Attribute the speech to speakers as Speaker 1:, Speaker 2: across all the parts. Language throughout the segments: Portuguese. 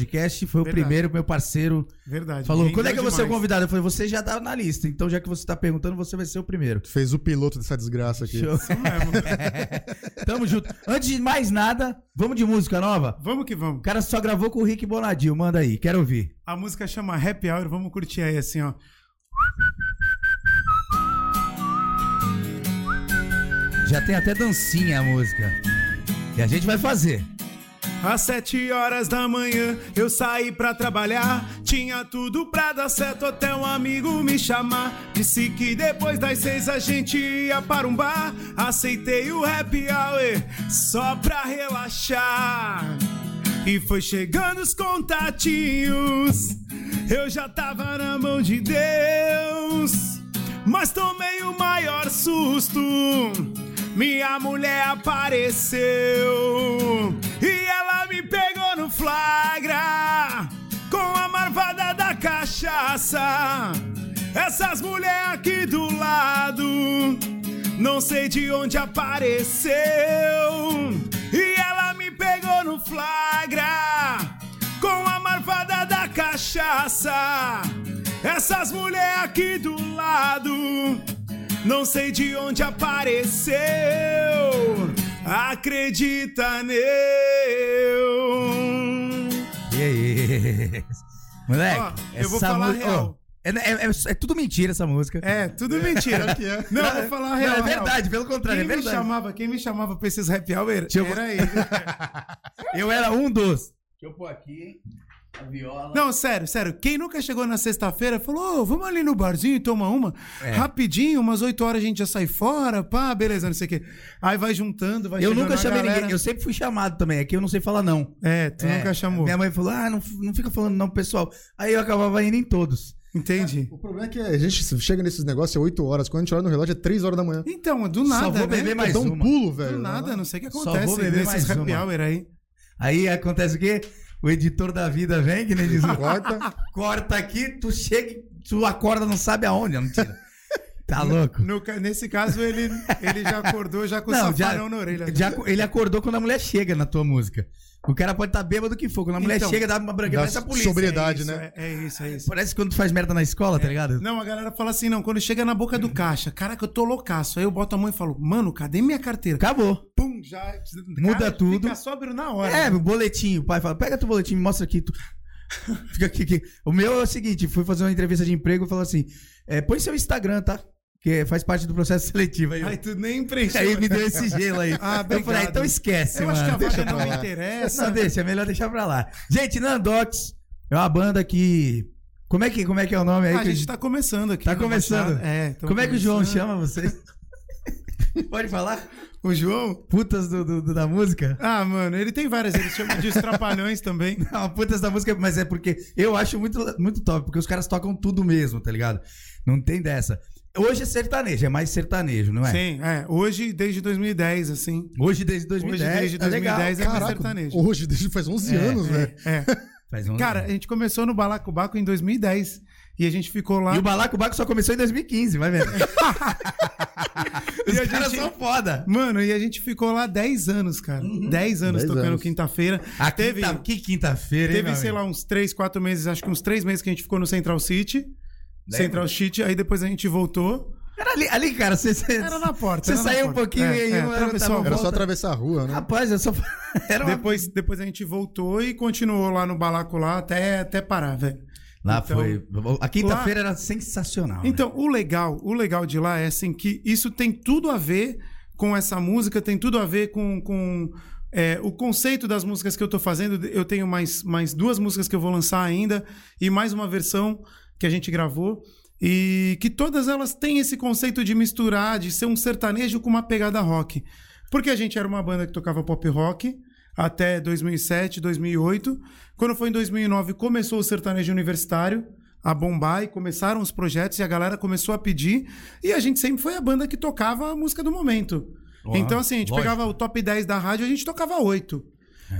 Speaker 1: podcast, foi
Speaker 2: Verdade.
Speaker 1: o primeiro, meu parceiro.
Speaker 2: Verdade.
Speaker 1: Falou,
Speaker 2: rendeu
Speaker 1: quando é que eu vou ser o
Speaker 2: demais.
Speaker 1: convidado? Eu falei, você já tá na lista, então já que você tá perguntando, você vai ser o primeiro.
Speaker 3: Tu fez o piloto dessa desgraça aqui.
Speaker 1: Show.
Speaker 2: Isso mesmo.
Speaker 1: Tamo junto. Antes de mais nada, vamos de música nova?
Speaker 2: Vamos que vamos.
Speaker 1: O cara só gravou com o Rick Bonadil, manda aí, quero ouvir.
Speaker 2: A música chama Happy Hour, vamos curtir aí assim, ó.
Speaker 1: Já tem até dancinha a música. E a gente vai fazer.
Speaker 2: Às sete horas da manhã eu saí pra trabalhar. Tinha tudo pra dar certo até um amigo me chamar. Disse que depois das seis a gente ia para um bar. Aceitei o happy hour só pra relaxar. E foi chegando os contatinhos. Eu já tava na mão de Deus. Mas tomei o maior susto. Minha mulher apareceu e ela me pegou no flagra com a marvada da cachaça. Essas mulheres aqui do lado, não sei de onde apareceu. E ela me pegou no flagra com a marvada da cachaça. Essas mulher aqui do lado, não sei de onde apareceu. Acredita neu.
Speaker 1: E aí? Moleque,
Speaker 2: Ó, eu vou falar
Speaker 1: música-
Speaker 2: real.
Speaker 1: Ó, é, é- é- é tudo mentira essa música.
Speaker 2: É, tudo mentira.
Speaker 3: que é.
Speaker 2: Não, eu vou falar a real.
Speaker 1: é
Speaker 2: a real.
Speaker 1: verdade, pelo contrário,
Speaker 2: Quem
Speaker 1: é
Speaker 2: me,
Speaker 1: verdade.
Speaker 2: chamava, quem me chamava pra esses happy hour
Speaker 1: Deixa eu-
Speaker 2: era ele.
Speaker 1: Eu era um dos. Deixa eu pôr aqui a viola.
Speaker 2: Não, sério, sério. Quem nunca chegou na sexta-feira falou, ô, vamos ali no barzinho e toma uma.
Speaker 1: É.
Speaker 2: Rapidinho, umas 8 horas a gente já sai fora, pá, beleza, não sei o quê. Aí vai juntando, vai
Speaker 1: Eu
Speaker 2: chegando
Speaker 1: nunca
Speaker 2: a
Speaker 1: chamei
Speaker 2: galera.
Speaker 1: ninguém, eu sempre fui chamado também, aqui eu não sei falar não.
Speaker 2: É, tu
Speaker 1: É,
Speaker 2: nunca chamou.
Speaker 1: Minha mãe falou, ah, não, f- não fica falando não, pro pessoal. Aí eu acabava indo em todos.
Speaker 2: Entendi.
Speaker 3: O problema é que a gente chega nesses negócios é 8 horas. Quando a gente olha no relógio é 3 horas da manhã.
Speaker 2: Então, do
Speaker 1: Só
Speaker 2: nada,
Speaker 1: vou
Speaker 2: né?
Speaker 1: beber mais
Speaker 3: Dá um
Speaker 1: uma.
Speaker 3: pulo,
Speaker 2: Do
Speaker 3: velho.
Speaker 2: nada, não sei o que
Speaker 1: Só
Speaker 2: acontece
Speaker 1: vou beber
Speaker 2: nesses
Speaker 1: mais
Speaker 2: happy
Speaker 1: uma.
Speaker 2: hour aí.
Speaker 1: Aí acontece o quê? O editor da vida vem, que nem diz,
Speaker 3: Corta.
Speaker 1: corta aqui, tu chega, e tu acorda, não sabe aonde, não tira. Tá louco?
Speaker 2: No ca- nesse caso, ele, ele já acordou já com o
Speaker 1: Não,
Speaker 2: safarão
Speaker 1: já,
Speaker 2: na orelha. né?
Speaker 1: já aco- ele acordou quando a mulher chega na tua música. O cara pode estar tá bêbado que for. Quando a mulher
Speaker 2: Então,
Speaker 1: chega, dá uma branca,
Speaker 3: dá
Speaker 1: parece a polícia.
Speaker 3: sobre-
Speaker 2: é
Speaker 3: Sobriedade,
Speaker 2: isso,
Speaker 3: né?
Speaker 2: É, é isso, é isso.
Speaker 1: Parece quando tu faz merda na escola,
Speaker 2: É.
Speaker 1: tá ligado?
Speaker 2: Não, a galera fala assim, não, quando chega na boca do
Speaker 1: Hum.
Speaker 2: caixa, caraca, eu tô loucaço. Aí eu boto a mão e falo, mano, cadê minha carteira?
Speaker 1: Acabou.
Speaker 2: Pum, já... é,
Speaker 1: Muda tudo.
Speaker 2: Fica sóbrio na hora. né?
Speaker 1: É, o boletim. O pai fala: pega teu boletim, me mostra aqui. tu- Fica aqui, aqui. O meu é o seguinte: fui fazer uma entrevista de emprego e falou assim: é, põe seu Instagram, tá? Que faz parte do processo seletivo. Aí, eu-
Speaker 2: Aí tu nem preencheu.
Speaker 1: aí me deu esse gelo aí.
Speaker 2: Ah,
Speaker 1: eu
Speaker 2: obrigado.
Speaker 1: falei: ah, então esquece,
Speaker 2: eu
Speaker 1: mano.
Speaker 2: acho que a
Speaker 1: deixa
Speaker 2: vaga não
Speaker 1: pra
Speaker 2: é me
Speaker 1: lá.
Speaker 2: interessa.
Speaker 1: Não, deixa, é melhor deixar pra lá. Gente, Nandox é uma banda que. Como é que, como é, que é o nome aí?
Speaker 2: a
Speaker 1: que
Speaker 2: gente tá começando aqui.
Speaker 1: Tá
Speaker 2: na
Speaker 1: começando.
Speaker 2: Baixada. É, tamo
Speaker 1: Como é que o João
Speaker 2: começando.
Speaker 1: chama vocês? Pode falar?
Speaker 2: O João?
Speaker 1: Putas do, do- do- da música?
Speaker 2: Ah, mano, ele tem várias. Ele chama de os trapalhões também.
Speaker 1: Não, putas da música, mas é porque eu acho muito, muito top, porque os caras tocam tudo mesmo, tá ligado? Não tem dessa. Hoje é sertanejo, é mais sertanejo, não é?
Speaker 2: Sim, é. Hoje, desde 2010, assim.
Speaker 1: Hoje desde 2010.
Speaker 2: Hoje, desde
Speaker 1: tá legal.
Speaker 2: 2010, é mais
Speaker 3: Caraca,
Speaker 2: sertanejo.
Speaker 3: hoje, desde faz 11
Speaker 1: É,
Speaker 3: anos,
Speaker 2: É,
Speaker 3: velho.
Speaker 2: é.
Speaker 1: Faz um-
Speaker 2: Cara, a gente começou no Balacobaco em 2010. E a gente ficou lá.
Speaker 1: E o Balacobaco só começou em 2015, vai vendo.
Speaker 2: E
Speaker 1: os
Speaker 2: a
Speaker 1: caras
Speaker 2: gente-
Speaker 1: são foda.
Speaker 2: Mano, e a gente ficou lá 10 anos, cara. 10 anos
Speaker 3: 10
Speaker 2: tocando
Speaker 3: anos.
Speaker 2: quinta-feira.
Speaker 1: A
Speaker 2: Teve,
Speaker 1: quinta- Ah, que quinta-feira, hein,
Speaker 2: teve
Speaker 1: meu
Speaker 2: sei
Speaker 1: amigo?
Speaker 2: lá, uns 3, 4 meses, acho que uns 3 meses que a gente ficou no Central City.
Speaker 1: Lembra?
Speaker 2: Central City, aí depois a gente voltou.
Speaker 1: Era ali, ali, cara, você, você,
Speaker 2: Era na porta.
Speaker 1: você
Speaker 2: era na
Speaker 1: saiu um
Speaker 2: porta.
Speaker 1: pouquinho
Speaker 2: É,
Speaker 1: e aí
Speaker 2: é,
Speaker 1: um
Speaker 2: atravessou
Speaker 1: tava
Speaker 2: a
Speaker 3: Era só
Speaker 1: volta.
Speaker 3: atravessar a rua, né?
Speaker 1: Rapaz, eu só. Era uma...
Speaker 2: Depois, depois a gente voltou e continuou lá no balaco lá até, até parar, velho.
Speaker 1: Lá
Speaker 2: Então-
Speaker 1: foi. A quinta-feira era sensacional. né?
Speaker 2: Então, o legal, o legal de lá é assim que isso tem tudo a ver com essa música, tem tudo a ver com, com é, o conceito das músicas que eu tô fazendo. Eu tenho mais, mais duas músicas que eu vou lançar ainda e mais uma versão que a gente gravou. E que todas elas têm esse conceito de misturar, de ser um sertanejo com uma pegada rock. Porque a gente era uma banda que tocava pop rock até 2007, 2008. Quando foi em 2009, começou o sertanejo universitário a bombar e começaram os projetos e a galera começou a pedir. E a gente sempre foi a banda que tocava a música do momento.
Speaker 1: Ó,
Speaker 2: então, assim, a gente
Speaker 1: lógico.
Speaker 2: pegava o top 10
Speaker 3: É.
Speaker 2: da rádio, a gente tocava oito.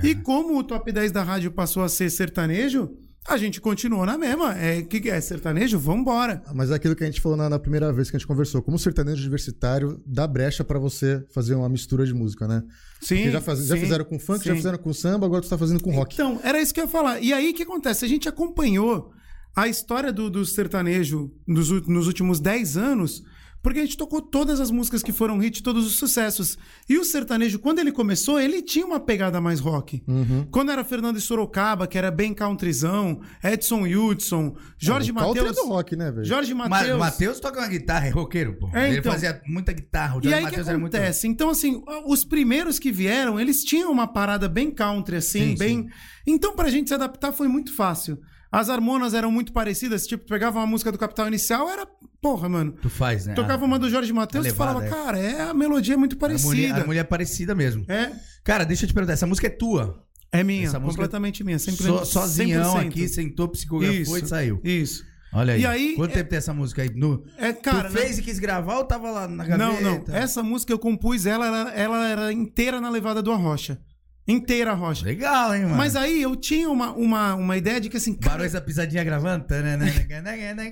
Speaker 2: E como o top 10 da rádio passou a ser sertanejo, A gente continuou na mesma. É que que é sertanejo? Vambora.
Speaker 3: Mas é aquilo que a gente falou na, na primeira vez que a gente conversou, como sertanejo universitário dá brecha pra você fazer uma mistura de música, né?
Speaker 2: Sim.
Speaker 3: Porque já, faz- já
Speaker 2: sim,
Speaker 3: fizeram com funk, já
Speaker 2: sim.
Speaker 3: fizeram com samba, agora tu tá fazendo com rock.
Speaker 2: Então, era isso que eu ia falar. E aí, o que acontece? A gente acompanhou a história do, do sertanejo nos, ú- nos últimos 10 anos, porque a gente tocou todas as músicas que foram hit, todos os sucessos. E o sertanejo, quando ele começou, ele tinha uma pegada mais rock.
Speaker 3: Uhum.
Speaker 2: Quando era Fernando e Sorocaba, que era bem countryzão, Edson Hudson, Jorge
Speaker 3: o country
Speaker 2: Matheus...
Speaker 3: é do rock, né, velho?
Speaker 2: Jorge
Speaker 1: Ma-
Speaker 2: Matheus...
Speaker 1: Matheus toca uma guitarra, é roqueiro, pô.
Speaker 2: É,
Speaker 1: Ele
Speaker 2: então.
Speaker 1: fazia muita guitarra. O
Speaker 2: E
Speaker 1: Jorge
Speaker 2: aí o que
Speaker 1: Matheus era muito-
Speaker 2: acontece? Então, assim, os primeiros que vieram, eles tinham uma parada bem country, assim,
Speaker 1: Sim,
Speaker 2: bem. Então, pra gente se adaptar foi muito fácil. As harmonas eram muito parecidas, tipo, tu pegava uma música do Capital Inicial, era. Porra, mano.
Speaker 1: Tu faz, né?
Speaker 2: Tocava uma do Jorge Matheus
Speaker 1: a
Speaker 2: e
Speaker 1: levada,
Speaker 2: falava,
Speaker 1: é.
Speaker 2: cara, é a melodia é muito
Speaker 1: parecida. A
Speaker 2: parecida.
Speaker 1: mulher é parecida mesmo.
Speaker 2: É,
Speaker 1: Cara, deixa eu te perguntar, essa música é tua?
Speaker 2: é minha,
Speaker 1: Essa música
Speaker 2: completamente minha. Sempre
Speaker 1: So, sozinhão aqui, sentou, psicografou
Speaker 2: Isso.
Speaker 1: e saiu.
Speaker 2: Isso.
Speaker 1: Olha aí.
Speaker 2: E aí,
Speaker 1: Quanto
Speaker 2: é-
Speaker 1: tempo tem essa música aí? No...
Speaker 2: É, cara.
Speaker 1: tu
Speaker 2: né?
Speaker 1: fez e quis gravar ou tava lá na gaveta?
Speaker 2: Não, não. Essa música eu compus, ela, era- ela era inteira na levada do Arrocha. Inteira a Rocha.
Speaker 1: Legal, hein, mano?
Speaker 2: Mas aí eu tinha uma, uma, uma ideia de que assim. cara,
Speaker 1: Barões da pisadinha gravando. tá, né, Tanana, tanana,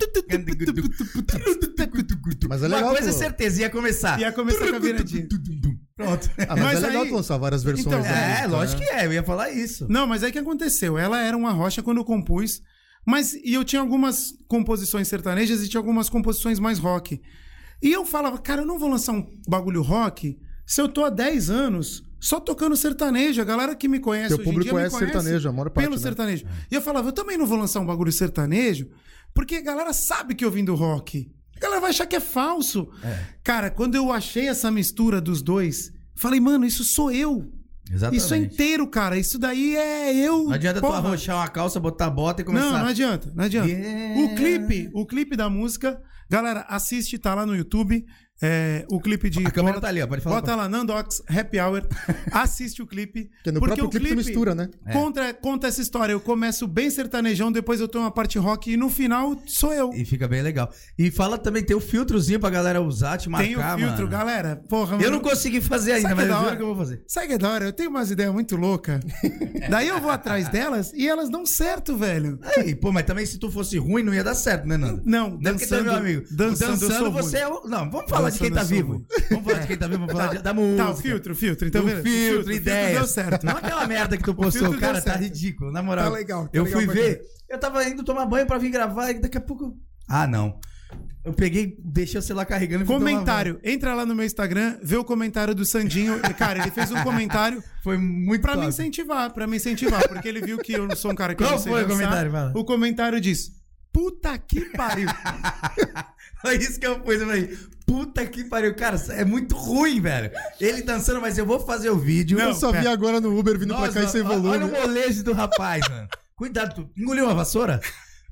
Speaker 3: Mas é
Speaker 1: Uma
Speaker 3: legal,
Speaker 1: coisa é
Speaker 3: pô.
Speaker 1: certeza, ia começar.
Speaker 2: Ia começar com a viradinha.
Speaker 1: Pronto.
Speaker 3: Ah, mas,
Speaker 2: Mas
Speaker 3: é legal
Speaker 2: aí-
Speaker 3: tu lançar várias versões.
Speaker 2: Então,
Speaker 3: da
Speaker 1: É,
Speaker 3: música,
Speaker 1: lógico
Speaker 3: né?
Speaker 1: que é, eu ia falar isso.
Speaker 2: Não, mas aí o que aconteceu? Ela era uma rocha quando eu compus, mas e eu tinha algumas composições sertanejas e tinha algumas composições mais rock. E eu falava, cara, eu não vou lançar um bagulho rock se eu tô há 10 anos só tocando sertanejo. A galera que me conhece
Speaker 3: Teu
Speaker 2: hoje em
Speaker 3: público
Speaker 2: dia me
Speaker 3: é
Speaker 2: conhece
Speaker 3: sertanejo, a maior parte,
Speaker 2: pelo
Speaker 3: né?
Speaker 2: sertanejo. E eu falava, eu também não vou lançar um bagulho sertanejo, porque a galera sabe que eu vim do rock. A galera vai achar que é falso. Cara, quando eu achei essa mistura dos dois, falei, mano, isso sou eu.
Speaker 1: Exatamente.
Speaker 2: Isso é inteiro, cara. Isso daí é eu.
Speaker 1: Não adianta tu
Speaker 2: porra.
Speaker 1: arrochar uma calça, botar bota e começar.
Speaker 2: Não, não adianta, não adianta.
Speaker 1: Yeah.
Speaker 2: O clipe, o clipe da música, galera, assiste, tá lá no YouTube. É, o clipe de.
Speaker 1: A câmera tá ali, ó, pode falar.
Speaker 2: Bota lá, Nandox, Happy Hour. assiste o clipe.
Speaker 3: Porque é no próprio clipe tu mistura, né?
Speaker 1: É.
Speaker 2: Conta, conta essa história. Eu começo bem sertanejão, depois eu tenho uma parte rock e no final sou eu.
Speaker 1: E fica bem legal. E fala também, tem o filtrozinho pra galera usar, te marcar,
Speaker 2: Tem o filtro,
Speaker 1: mano.
Speaker 2: galera. Porra,
Speaker 1: Eu
Speaker 2: mano.
Speaker 1: não consegui fazer ainda,
Speaker 2: Sabe
Speaker 1: mas
Speaker 2: da
Speaker 1: eu juro
Speaker 2: hora?
Speaker 1: que eu vou fazer.
Speaker 2: Sabe que é da hora? Eu tenho umas ideias muito loucas. Daí eu vou atrás delas e elas dão certo, velho.
Speaker 1: Aí, pô, mas também se tu fosse ruim, não ia dar certo, né, Nando?
Speaker 2: Não,
Speaker 1: Não, porque tu é
Speaker 2: dançando,
Speaker 1: meu amigo. O
Speaker 2: dançando, eu sou
Speaker 1: você
Speaker 2: ruim.
Speaker 1: é o... Não, vamos falar de quem
Speaker 2: Dançando,
Speaker 1: tá
Speaker 2: eu sou
Speaker 1: vivo.
Speaker 2: ruim.
Speaker 1: Vamos falar de quem tá vivo, vamos falar de- da música.
Speaker 2: Tá, o filtro, o filtro. Então,
Speaker 1: Então,
Speaker 2: beleza.
Speaker 1: filtro, filtro, ideia.
Speaker 2: Deu certo.
Speaker 1: Não aquela merda que tu postou,
Speaker 2: filtro
Speaker 1: cara,
Speaker 2: deu
Speaker 1: tá
Speaker 2: certo.
Speaker 1: ridículo, na moral.
Speaker 2: Tá legal, tá
Speaker 1: eu
Speaker 2: legal
Speaker 1: fui
Speaker 2: pra
Speaker 1: ver, eu tava indo tomar banho pra vir gravar e daqui a pouco. Ah, não. Eu peguei, deixei o celular carregando e fui
Speaker 2: Comentário. Entra lá no meu Instagram, vê o comentário do Sandinho. Cara, ele fez um comentário
Speaker 1: tomar banho. Foi muito
Speaker 2: pra me
Speaker 1: top.
Speaker 2: incentivar, pra me incentivar. Porque ele viu que eu não sou um cara que
Speaker 1: Qual
Speaker 2: eu não sei
Speaker 1: foi o
Speaker 2: dançar.
Speaker 1: comentário, fala?
Speaker 2: O comentário diz... Puta que pariu.
Speaker 1: Foi isso que eu pus, eu falei, puta que pariu, cara, é muito ruim, velho. Ele dançando, mas eu vou fazer o vídeo.
Speaker 3: eu só vi agora no Uber vindo pra cá e sem
Speaker 1: ó, Olha
Speaker 3: volume.
Speaker 1: o molejo do rapaz, mano. Cuidado, tu engoliu uma vassoura?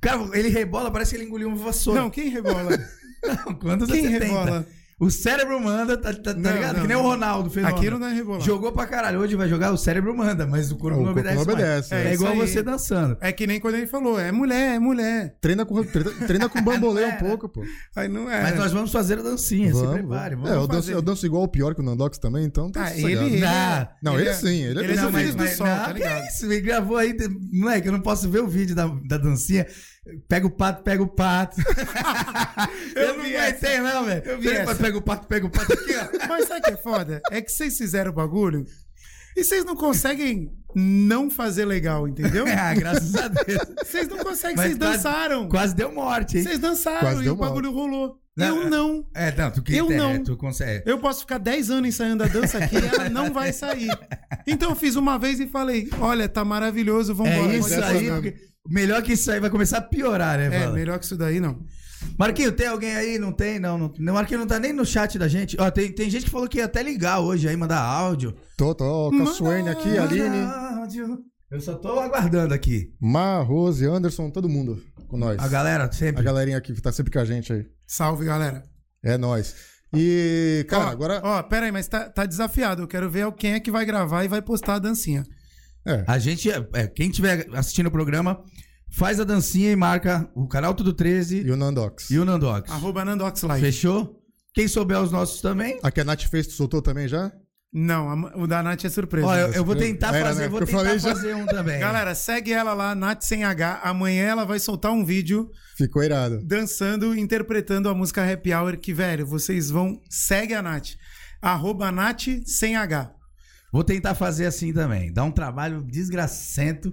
Speaker 1: Cara, ele rebola, parece que ele engoliu uma vassoura.
Speaker 2: Não, quem rebola?
Speaker 1: Não, quando
Speaker 2: Quem
Speaker 1: você tá?
Speaker 2: rebola?
Speaker 1: tenta. O cérebro manda, tá, tá- tá
Speaker 2: Não,
Speaker 1: ligado?
Speaker 2: não,
Speaker 1: que nem o
Speaker 2: não.
Speaker 1: Ronaldo fez.
Speaker 2: Aqui não é dá rebolar.
Speaker 1: Jogou pra caralho. Hoje vai jogar, o cérebro manda, mas o corpo
Speaker 3: O
Speaker 1: não
Speaker 3: corpo
Speaker 1: obedece.
Speaker 3: não
Speaker 1: mais.
Speaker 3: obedece,
Speaker 1: É,
Speaker 2: é.
Speaker 1: igual
Speaker 2: Isso aí.
Speaker 1: você dançando.
Speaker 2: É que nem quando ele falou, é mulher, é mulher.
Speaker 3: Treina com, treina, treina com bambolê um pouco, pô.
Speaker 2: Aí não é.
Speaker 1: Mas nós vamos fazer a dancinha, É. se prepare.
Speaker 3: é, eu
Speaker 1: fazer.
Speaker 3: danço, eu danço igual ou pior que o Nandox também, então tá
Speaker 2: Ah,
Speaker 3: sossegado.
Speaker 2: ele-
Speaker 1: Dá.
Speaker 3: Não, ele, sim, ele,
Speaker 2: ele
Speaker 3: é
Speaker 2: não,
Speaker 3: não,
Speaker 2: mas- filho do sol,
Speaker 1: não,
Speaker 2: tá
Speaker 1: que
Speaker 2: ligado?
Speaker 1: isso, ele gravou aí, de- moleque, eu não posso ver o vídeo da, da dancinha. Pega o pato, pega o pato. eu,
Speaker 2: Eu
Speaker 1: não
Speaker 2: vi essa.
Speaker 1: aguentei, não, velho.
Speaker 2: vi
Speaker 1: Pega o
Speaker 2: essa.
Speaker 1: pato, Pega o pato, pega o pato aqui, ó.
Speaker 2: Mas sabe o que é foda? É que vocês fizeram o bagulho e vocês não conseguem não fazer legal, entendeu?
Speaker 1: ah, graças a Deus.
Speaker 2: Vocês não conseguem,
Speaker 1: Mas
Speaker 2: vocês
Speaker 1: quase-
Speaker 2: dançaram.
Speaker 1: Quase deu morte, hein?
Speaker 2: Vocês dançaram
Speaker 3: Quase
Speaker 2: e
Speaker 3: deu
Speaker 2: o bagulho rolou.
Speaker 1: Não, é-
Speaker 2: eu não.
Speaker 1: É, não, tu que
Speaker 2: Eu
Speaker 1: é,
Speaker 2: não.
Speaker 1: tu consegue.
Speaker 2: Eu posso ficar 10 anos ensaiando a dança aqui e ela não vai sair. Então eu fiz uma vez e falei: olha, tá maravilhoso, vamos
Speaker 1: É
Speaker 2: embora.
Speaker 1: isso
Speaker 2: pode
Speaker 1: aí,
Speaker 2: tocar.
Speaker 1: porque melhor que isso aí vai começar a piorar, né,
Speaker 2: É,
Speaker 1: Vala?
Speaker 2: melhor que isso daí não.
Speaker 1: Marquinho, tem alguém aí? Não tem, não. não. não, Marquinho não tá nem no chat da gente. Ó, tem, tem gente que falou que ia até ligar hoje aí, mandar áudio.
Speaker 3: Tô, tô,
Speaker 2: Mano,
Speaker 3: Cassuene aqui,
Speaker 1: Manda
Speaker 3: Aline,
Speaker 1: áudio. Eu só tô aguardando aqui.
Speaker 3: Mar, Rose, Anderson, todo mundo com nós.
Speaker 1: A
Speaker 3: A,
Speaker 1: galera sempre.
Speaker 3: galerinha aqui que tá sempre com a gente aí.
Speaker 2: Salve, galera.
Speaker 3: É nós. E, cara,
Speaker 2: ó,
Speaker 3: agora.
Speaker 2: Ó, pera aí, mas tá, tá desafiado. Eu quero ver quem é que vai gravar e vai postar a dancinha.
Speaker 3: É,
Speaker 1: A gente, é, é, quem estiver assistindo o programa, faz a dancinha e marca o canal Tudo 13
Speaker 3: e o Nandox.
Speaker 1: e o Nandox.
Speaker 2: Arroba Nandox Live.
Speaker 1: Fechou? Quem souber os nossos também,
Speaker 3: A que a Nath fez, tu soltou também já?
Speaker 2: Não, a ma- o da Nath é surpresa.
Speaker 1: Ó, eu, eu vou tentar
Speaker 3: Era,
Speaker 1: fazer,
Speaker 3: né?
Speaker 1: eu vou
Speaker 3: Eu
Speaker 1: tentar
Speaker 3: falei já.
Speaker 1: fazer um também.
Speaker 2: Galera, segue ela lá, Nath sem H. Amanhã ela vai soltar um vídeo
Speaker 3: Ficou irado.
Speaker 2: dançando, interpretando a música Happy Hour, que, velho, vocês vão. Segue a Nath. Arroba Nath sem H.
Speaker 1: Vou tentar fazer assim também. Dá um trabalho desgracento.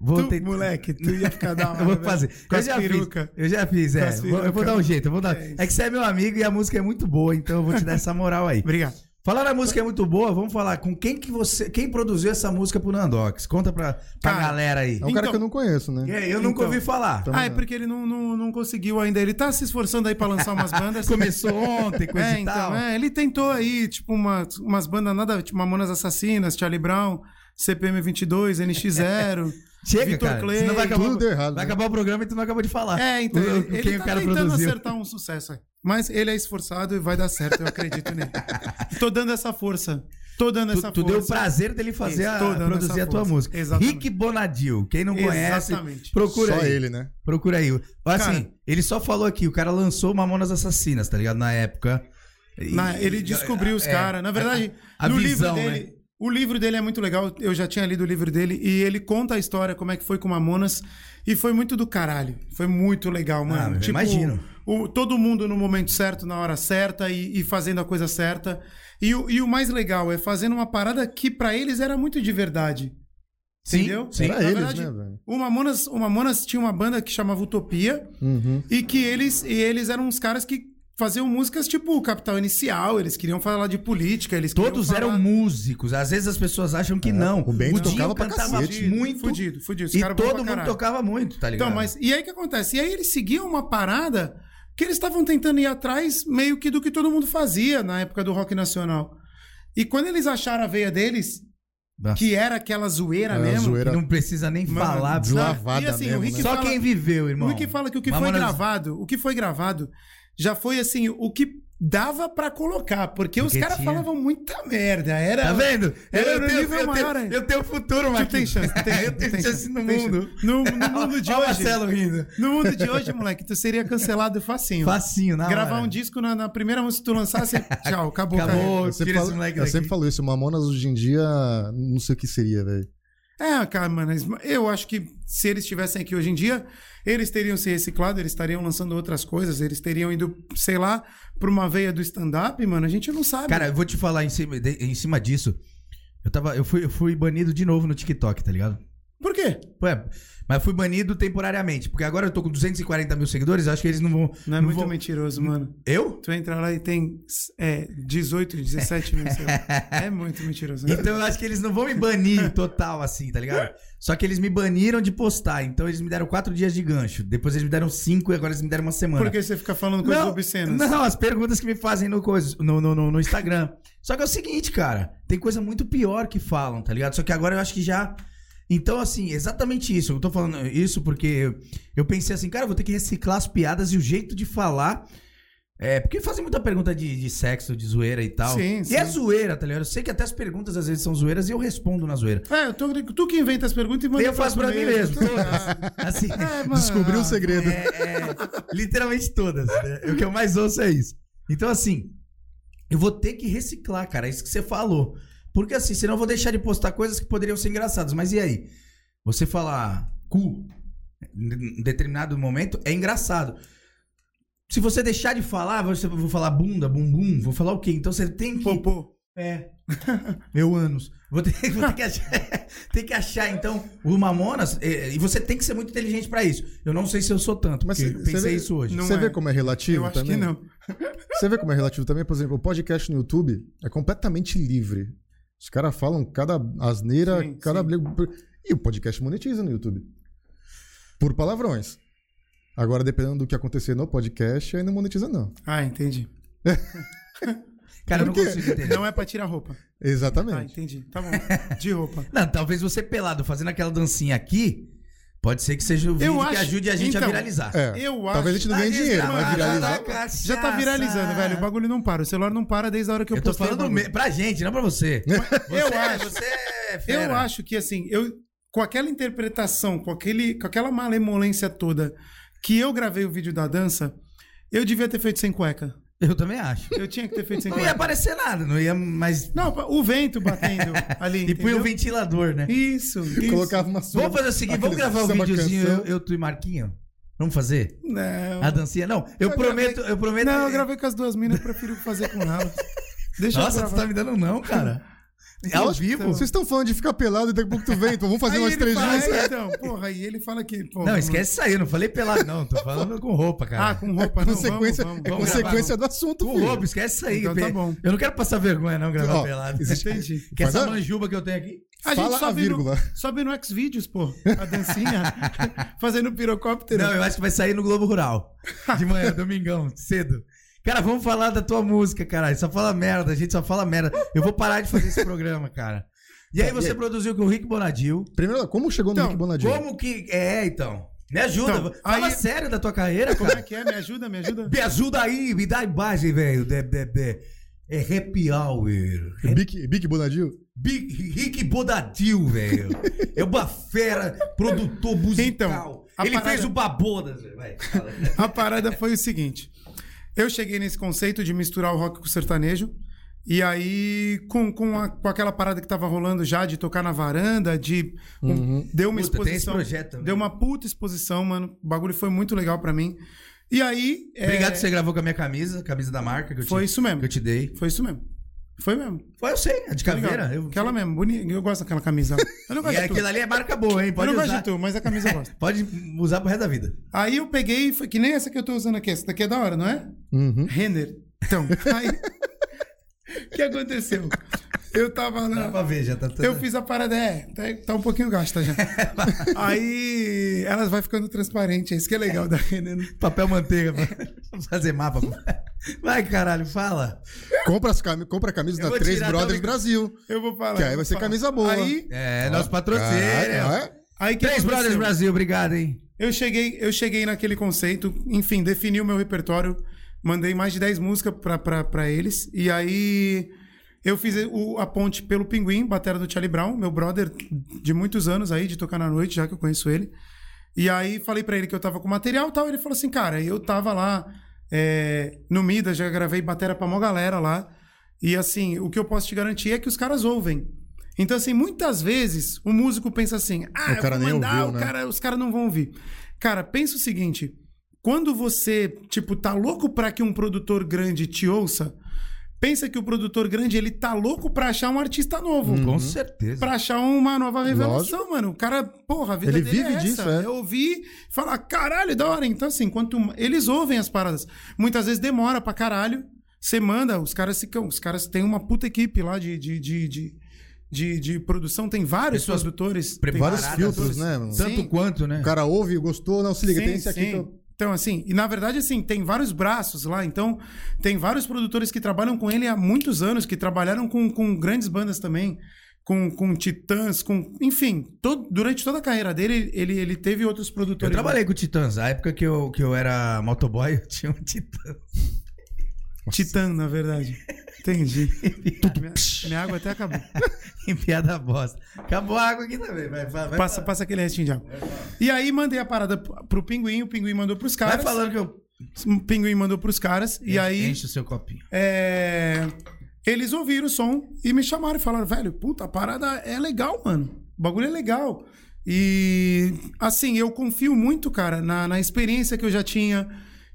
Speaker 1: Vou
Speaker 2: Tu,
Speaker 1: tentar-
Speaker 2: moleque, tu ia ficar da hora.
Speaker 1: Eu vou
Speaker 2: velho.
Speaker 1: fazer.
Speaker 2: Com
Speaker 1: eu
Speaker 2: as
Speaker 1: já
Speaker 2: peruca.
Speaker 1: fiz. Eu já fiz, é.
Speaker 2: as
Speaker 1: Vou- eu vou
Speaker 2: peruca.
Speaker 1: dar um jeito, eu vou dar.
Speaker 2: É
Speaker 1: É,
Speaker 2: isso.
Speaker 1: que você é meu amigo e a música é muito boa, então eu vou te dar essa moral aí.
Speaker 2: Obrigado.
Speaker 1: Falar a música é muito boa, vamos falar com quem que você, quem produziu essa música pro Nandox? Conta pra, pra
Speaker 2: Cara,
Speaker 1: galera aí.
Speaker 3: É um
Speaker 2: Então-
Speaker 3: cara que eu não conheço, né?
Speaker 1: É, eu nunca
Speaker 2: então.
Speaker 1: ouvi falar.
Speaker 3: Então-
Speaker 2: ah, é porque ele não, não, não conseguiu ainda. Ele tá se esforçando aí pra lançar umas bandas.
Speaker 1: Começou ontem, coisa
Speaker 2: Então, É,
Speaker 1: e
Speaker 2: então,
Speaker 1: tal.
Speaker 2: é, ele tentou aí, tipo, uma, umas bandas nada, tipo Mamonas Assassinas, Charlie Brown, CPM 22, NX0.
Speaker 1: Chega,
Speaker 2: Vitor
Speaker 1: cara.
Speaker 2: Clay,
Speaker 1: senão vai acabar,
Speaker 3: tudo deu errado,
Speaker 1: vai
Speaker 3: né?
Speaker 1: acabar o programa e tu não acabou de falar.
Speaker 2: É, então,
Speaker 1: O- o-
Speaker 2: ele,
Speaker 1: quem
Speaker 2: ele
Speaker 1: o
Speaker 2: tá
Speaker 1: cara
Speaker 2: tentando
Speaker 1: produziu.
Speaker 2: acertar um sucesso aí. Mas ele é esforçado e vai dar certo, eu acredito nele. Tô dando essa força. Tô dando
Speaker 1: Tu,
Speaker 2: essa
Speaker 1: tu
Speaker 2: força.
Speaker 1: deu o prazer dele fazer
Speaker 2: Isso,
Speaker 1: a,
Speaker 2: tô dando
Speaker 1: produzir
Speaker 2: essa
Speaker 1: a tua
Speaker 2: força.
Speaker 1: música.
Speaker 2: Exatamente.
Speaker 1: Rick Bonadil, quem não conhece,
Speaker 2: Exatamente.
Speaker 1: procura
Speaker 3: Só
Speaker 1: aí.
Speaker 3: ele, né?
Speaker 1: Procura aí. Assim,
Speaker 2: Cara-
Speaker 1: ele só falou aqui, o cara lançou Mamonas Assassinas, tá ligado? Na época. E-
Speaker 2: Na- ele descobriu os
Speaker 1: é,
Speaker 2: caras. Na verdade,
Speaker 1: a- a
Speaker 2: no
Speaker 1: visão, né?
Speaker 2: livro dele. O livro dele é muito legal, eu já tinha lido o livro dele e ele conta a história, como é que foi com o Mamonas, e foi muito do caralho. Foi muito legal, mano.
Speaker 1: Ah,
Speaker 2: Tipo,
Speaker 1: eu imagino.
Speaker 2: o- todo mundo no momento certo, na hora certa e, e fazendo a coisa certa. E, o- e o mais legal é fazendo uma parada que pra eles era muito de verdade.
Speaker 1: Sim,
Speaker 2: entendeu?
Speaker 1: sim.
Speaker 3: Era
Speaker 2: Na
Speaker 3: eles,
Speaker 2: verdade,
Speaker 3: né, velho?
Speaker 2: o Mamonas, o Mamonas tinha uma banda que chamava Utopia,
Speaker 3: Uhum.
Speaker 2: e que eles, e eles eram uns caras que faziam músicas tipo Capital Inicial, eles queriam falar de política, eles queriam
Speaker 1: Todos
Speaker 2: falar-
Speaker 1: eram músicos. Às vezes as pessoas acham que não.
Speaker 3: É, o Bento
Speaker 1: Dinho
Speaker 3: tocava pra
Speaker 1: cantava
Speaker 3: cacete.
Speaker 1: muito
Speaker 2: Fudido, fudido. Os
Speaker 1: e
Speaker 2: caras bons é pra
Speaker 1: todo mundo
Speaker 2: caralho.
Speaker 1: tocava muito, tá ligado?
Speaker 2: Então, mas e aí o que acontece? E aí eles seguiam uma parada que eles estavam tentando ir atrás meio que do que todo mundo fazia na época do rock nacional. E quando eles acharam a veia deles,
Speaker 1: Nossa, É,
Speaker 2: que era aquela zoeira
Speaker 3: Era
Speaker 2: mesmo,
Speaker 3: zoeira
Speaker 1: não precisa nem
Speaker 2: Mano,
Speaker 1: falar.
Speaker 2: sabe?
Speaker 1: Só,
Speaker 3: deslavada
Speaker 2: E assim,
Speaker 3: mesmo,
Speaker 2: o Rick
Speaker 3: né?
Speaker 1: só
Speaker 2: fala-
Speaker 1: quem viveu, irmão.
Speaker 2: O que fala que o que
Speaker 1: Mamonas-
Speaker 2: foi gravado, o que foi gravado, já foi assim, o que dava pra colocar, porque os
Speaker 1: Porque
Speaker 2: caras
Speaker 1: tinha.
Speaker 2: falavam muita merda, era
Speaker 1: Tá vendo?
Speaker 2: Eu era um
Speaker 1: tenho-
Speaker 2: nível
Speaker 1: eu
Speaker 2: maior
Speaker 1: tenho-
Speaker 2: ainda.
Speaker 1: eu tenho um futuro,
Speaker 2: Tu
Speaker 1: Marquinhos.
Speaker 2: tem chance, tu tem chance,
Speaker 1: Eu
Speaker 2: tu tem
Speaker 1: tenho chance no
Speaker 2: tu tem
Speaker 1: mundo.
Speaker 2: chance. No, no mundo de
Speaker 1: Olha o
Speaker 2: hoje.
Speaker 1: Marcelo rindo.
Speaker 2: No mundo de hoje, moleque, tu seria cancelado facinho.
Speaker 1: Facinho, na
Speaker 2: Gravar
Speaker 1: hora.
Speaker 2: um disco na, na primeira música que tu lançasse, tchau, acabou,
Speaker 1: né? Acabou.
Speaker 3: Eu sempre,
Speaker 1: Tira esse
Speaker 3: falo,
Speaker 1: moleque
Speaker 3: eu
Speaker 1: daqui.
Speaker 3: sempre falo isso, Mamonas hoje em dia, não sei o que seria, velho.
Speaker 2: É, cara, mano, eu acho que se eles estivessem aqui hoje em dia, eles teriam se reciclado, eles estariam lançando outras coisas, eles teriam ido, sei lá, pra uma veia do stand-up, mano, a gente não sabe.
Speaker 1: Cara, eu vou te falar em cima, de- em cima disso. Eu, tava, eu, fui, eu fui banido de novo no TikTok, tá ligado?
Speaker 2: Por quê?
Speaker 1: Ué, mas fui banido temporariamente, porque agora eu tô com 240 mil seguidores, acho que eles não vão.
Speaker 2: Não é muito
Speaker 1: vão-
Speaker 2: mentiroso, mano.
Speaker 1: Eu?
Speaker 2: Tu entra lá e tem é, 18, 17 mil. sei lá. É muito mentiroso. né?
Speaker 1: Então eu acho que eles não vão me banir total, assim, tá ligado? Só que eles me baniram de postar, então eles me deram quatro dias de gancho. Depois eles me deram cinco e agora eles me deram uma semana.
Speaker 2: Por que você fica falando coisas obscenas?
Speaker 1: Não, as perguntas que me fazem no, coisa, no, no, no- no Instagram. Só que é o seguinte, cara, tem coisa muito pior que falam, tá ligado? Só que agora eu acho que já. Então, assim, exatamente isso. Eu tô falando isso porque eu, eu pensei assim, cara, eu vou ter que reciclar as piadas e o jeito de falar. É, porque fazem muita pergunta de, de sexo, de zoeira e tal.
Speaker 2: Sim,
Speaker 1: e
Speaker 2: sim.
Speaker 1: é zoeira, tá ligado? Eu sei que até as perguntas às vezes são zoeiras e eu respondo na zoeira.
Speaker 2: É, eu tô, tu que inventa as perguntas e manda
Speaker 1: Eu faço pra mim
Speaker 2: primeiro,
Speaker 1: mesmo,
Speaker 2: tá
Speaker 1: todas.
Speaker 2: ligado?
Speaker 1: Assim,
Speaker 2: É, mano,
Speaker 3: Descobriu
Speaker 2: ah,
Speaker 3: o segredo.
Speaker 1: é, é, literalmente todas. né? O que eu mais ouço é isso. Então, assim, eu vou ter que reciclar, cara. é Isso que você falou. Porque, assim, senão eu vou deixar de postar coisas que poderiam ser engraçadas. Mas e aí? Você falar cu em determinado momento é engraçado. Se você deixar de falar, você vou falar bunda, bumbum, vou falar o quê? Então você tem que.
Speaker 2: Popô.
Speaker 1: É. Meu ânus. Vou ter, vou ter que achar, tem que achar, então, o Mamonas. eh, E você tem que ser muito inteligente pra isso. Eu não sei se eu sou tanto,
Speaker 3: Mas
Speaker 1: mas eu
Speaker 3: cê-
Speaker 1: pensei
Speaker 3: cê vê-
Speaker 1: isso hoje.
Speaker 2: Não
Speaker 3: Você
Speaker 2: é.
Speaker 3: vê como é relativo
Speaker 2: Eu acho
Speaker 3: também?
Speaker 2: que não.
Speaker 3: Você vê como é relativo também? Por exemplo, o podcast no YouTube é completamente livre. Os caras falam cada asneira,
Speaker 2: Sim,
Speaker 3: cada.
Speaker 2: sim.
Speaker 3: briga- E o podcast monetiza no YouTube. Por palavrões. Agora, dependendo do que acontecer no podcast, aí não monetiza, não.
Speaker 2: Ah, entendi.
Speaker 1: Cara, eu não
Speaker 3: Por quê?
Speaker 1: consigo entender.
Speaker 2: Não é pra tirar roupa. Ah,
Speaker 3: Exatamente.
Speaker 2: entendi. Tá bom. De roupa.
Speaker 1: Não, talvez você pelado fazendo aquela dancinha aqui, pode ser que seja o vídeo que
Speaker 2: acho-
Speaker 1: ajude a gente a
Speaker 2: então,
Speaker 1: viralizar.
Speaker 3: É,
Speaker 2: Eu
Speaker 3: Talvez a
Speaker 2: acho-
Speaker 3: gente não ganhe
Speaker 2: Ah,
Speaker 3: dinheiro,
Speaker 2: esse-
Speaker 3: mas
Speaker 2: Ah,
Speaker 3: viralizar.
Speaker 2: Já tá viralizando, velho. O bagulho não para. O celular não para desde a hora que eu,
Speaker 1: Eu tô
Speaker 2: postei. o
Speaker 1: falando
Speaker 2: bagulho.
Speaker 1: me- pra gente, não pra você.
Speaker 2: Eu
Speaker 1: Você-
Speaker 2: acho.
Speaker 1: Você é fera.
Speaker 2: Eu acho que assim, eu com aquela interpretação, com, aquele, com aquela malemolência toda que eu gravei o vídeo da dança, eu devia ter feito sem cueca.
Speaker 1: Eu também acho.
Speaker 2: Eu tinha que ter feito sem
Speaker 1: Não ia
Speaker 2: corte.
Speaker 1: aparecer nada, não ia mais.
Speaker 2: Não, o vento batendo ali.
Speaker 1: E põe
Speaker 2: entendeu?
Speaker 1: o ventilador, né?
Speaker 2: Isso, isso.
Speaker 3: Colocava uma sua.
Speaker 1: Vamos fazer o seguinte, vamos
Speaker 3: aquele
Speaker 1: gravar o
Speaker 3: samba
Speaker 1: videozinho, eu,
Speaker 3: canção.
Speaker 1: eu, tu e Marquinho? Vamos fazer?
Speaker 2: Não.
Speaker 1: A dancinha? Não, eu
Speaker 2: Eu
Speaker 1: prometo, eu prometo.
Speaker 2: Não, eu gravei com as duas minas, eu prefiro fazer com elas. Deixa
Speaker 1: Nossa,
Speaker 2: eu
Speaker 1: tu
Speaker 2: gravar. É
Speaker 1: tá me dando não, cara. Ao
Speaker 3: Lógico que
Speaker 1: vivo?
Speaker 3: não. Vocês estão falando de ficar pelado e daqui a pouco tu vem, então vamos fazer
Speaker 2: Aí
Speaker 3: umas
Speaker 2: ele
Speaker 3: três
Speaker 2: fala,
Speaker 3: dias.
Speaker 2: "É, então, porra, e ele fala que. porra,
Speaker 1: Não, esquece isso aí, eu não falei pelado, não. Tô falando com roupa, cara.
Speaker 2: Ah, com roupa, não,
Speaker 3: Consequência,
Speaker 2: vamos, vamos,
Speaker 3: é
Speaker 2: vamos gravar.
Speaker 3: consequência do assunto,
Speaker 1: com
Speaker 3: filho.
Speaker 1: roupa, esquece isso aí.
Speaker 2: Então tá
Speaker 1: pe-
Speaker 2: bom.
Speaker 1: Eu não quero passar vergonha, não, gravar
Speaker 3: Ó,
Speaker 1: pelado.
Speaker 3: existe-
Speaker 2: Entendi.
Speaker 1: Que essa
Speaker 3: Mas, ó,
Speaker 1: manjuba que eu tenho aqui.
Speaker 2: A gente
Speaker 3: Fala a
Speaker 2: sobe
Speaker 3: vírgula.
Speaker 2: no, sobe no Xvideos, pô, a dancinha, fazendo pirocóptero.
Speaker 1: Não, eu acho que vai sair no Globo Rural. De manhã, domingão, cedo. Cara, vamos falar da tua música, caralho. Só fala merda, a gente só fala merda. Eu vou parar de fazer esse programa, cara. Tá, E aí você produziu com o Rick Bonadil.
Speaker 3: Primeiro, como chegou no
Speaker 2: Então,
Speaker 3: Rick Bonadil?
Speaker 1: Como que. É, então. Me ajuda.
Speaker 2: Então,
Speaker 1: fala
Speaker 2: aí-
Speaker 1: sério da tua carreira,
Speaker 2: Como é
Speaker 1: cara.
Speaker 2: que é? Me ajuda, me ajuda.
Speaker 1: Me ajuda aí, me dá imagem, velho. De- de- de- É happy hour.
Speaker 3: Big, Big Bonadil?
Speaker 1: Big, Rick Bonadil, velho. É uma fera, produtor musical.
Speaker 2: Então, a
Speaker 1: Ele
Speaker 2: parada-
Speaker 1: fez o Babodas, velho. Vai, fala.
Speaker 2: A parada foi o seguinte: eu cheguei nesse conceito de misturar o rock com o sertanejo. E aí, com, com, a- com aquela parada que tava rolando já, de tocar na varanda, de. um-
Speaker 3: Uhum.
Speaker 2: deu uma
Speaker 1: Uhum. Puta, tem esse
Speaker 2: exposição.
Speaker 1: projeto também.
Speaker 2: deu uma puta exposição, mano. O bagulho foi muito legal pra mim. E aí. é,
Speaker 1: Obrigado que você gravou com a minha camisa, camisa da marca que eu,
Speaker 2: Foi
Speaker 1: te,
Speaker 2: isso mesmo.
Speaker 1: que eu te dei.
Speaker 2: Foi isso mesmo. Foi mesmo.
Speaker 1: Foi, eu sei, a de caveira.
Speaker 2: Legal.
Speaker 1: Eu...
Speaker 2: Tá Aquela mesmo, bonita. Eu gosto daquela camisa. Eu não
Speaker 1: E
Speaker 2: gosto de tu.
Speaker 1: aquilo ali é marca boa, hein?
Speaker 2: Eu
Speaker 1: Pode
Speaker 2: não gosto
Speaker 1: usar.
Speaker 2: de tu, mas a camisa eu gosto.
Speaker 1: Pode usar pro resto da vida.
Speaker 2: Aí eu peguei, e foi que nem essa que eu tô usando aqui. Essa daqui é da hora, não é?
Speaker 3: Uhum.
Speaker 2: Renner. Então, aí. O que aconteceu? Eu tava
Speaker 1: Dá
Speaker 2: lá.
Speaker 1: pra ver, já tá tudo.
Speaker 2: Eu fiz a parada, é, tá, tá um pouquinho gasta já. aí ela vai ficando transparente, é isso que é legal da Renner.
Speaker 1: Papel manteiga pra fazer mapa. Vai, caralho, fala.
Speaker 3: Compra, as cami compra a camisa
Speaker 1: Eu
Speaker 3: da
Speaker 1: vou
Speaker 3: Três
Speaker 1: tirar
Speaker 3: Brothers
Speaker 1: também-
Speaker 3: Brasil.
Speaker 2: Eu vou falar.
Speaker 3: Que
Speaker 2: eu vou
Speaker 3: aí vai ser
Speaker 2: falar.
Speaker 3: camisa boa.
Speaker 2: Aí,
Speaker 1: É, nosso
Speaker 3: Caralho,
Speaker 1: patrocínio.
Speaker 3: é?
Speaker 2: aí que
Speaker 1: Três Brothers
Speaker 2: aconteceu?
Speaker 1: Brasil, obrigado, hein?
Speaker 2: Eu cheguei, eu cheguei naquele conceito, enfim, defini o meu repertório, mandei mais de 10 músicas pra- pra pra eles, e aí eu fiz o- a ponte pelo Pinguim, batera do Charlie Brown, meu brother de muitos anos aí, de tocar na noite, já que eu conheço ele. E aí falei pra ele que eu tava com material e tal, ele falou assim, cara, eu tava lá é, no Midas, já gravei batera pra mó galera lá, e assim, o que eu posso te garantir é que os caras ouvem. Então, assim, muitas vezes o músico pensa assim, ah,
Speaker 3: O cara
Speaker 2: eu vou
Speaker 3: nem
Speaker 2: mandar,
Speaker 3: ouviu,
Speaker 2: o
Speaker 3: né?
Speaker 2: cara cara, os caras não vão ouvir. Cara, pensa o seguinte: quando você, tipo, tá louco pra que um produtor grande te ouça, pensa que o produtor grande, ele tá louco pra achar um artista novo.
Speaker 3: Hum, Uhum.
Speaker 1: Com certeza.
Speaker 2: Pra achar uma nova revelação, mano. O cara, porra, a vida
Speaker 3: Ele
Speaker 2: dele
Speaker 3: vive
Speaker 2: é essa.
Speaker 3: disso, é.
Speaker 2: Eu ouvi e falar, caralho, da hora. Então, assim, quanto eles ouvem as paradas. Muitas vezes demora pra caralho. Você manda, os caras ficam. Os caras têm uma puta equipe lá de. de, de, de de, de produção, tem vários
Speaker 1: Pessoas
Speaker 2: produtores. tem
Speaker 1: preparadas,
Speaker 3: Vários filtros, né? mano?
Speaker 1: Tanto
Speaker 2: Sim.
Speaker 1: quanto, né?
Speaker 3: O cara ouve, gostou, não, se liga,
Speaker 2: Sim,
Speaker 3: tem esse aqui.
Speaker 2: sim.
Speaker 3: que eu-
Speaker 2: Então, assim, e na verdade, assim, tem vários braços lá, então tem vários produtores que trabalham com ele há muitos anos, que trabalharam com, com grandes bandas também, com, com titãs, com. Enfim, todo- durante toda a carreira dele, ele, ele teve outros
Speaker 1: Eu
Speaker 2: produtores.
Speaker 1: trabalhei com Titãs. A época que eu, que eu era motoboy, eu tinha um Titã.
Speaker 2: Titã, na verdade. Entendi. minha, minha água até acabou.
Speaker 1: em piada bosta. Acabou a água aqui também. Vai, vai, vai,
Speaker 2: Passa, passa aquele restinho de água. E aí mandei a parada pro pro pinguim, o pinguim mandou pros
Speaker 1: vai
Speaker 2: caras.
Speaker 1: falando que eu.
Speaker 2: O pinguim mandou pros caras. E
Speaker 1: Enche-
Speaker 2: aí.
Speaker 1: Enche o seu copinho.
Speaker 2: É, eles ouviram o som e me chamaram e falaram, velho, puta, a parada é legal, mano. O bagulho é legal. E, assim, eu confio muito, cara, na, na experiência que eu já tinha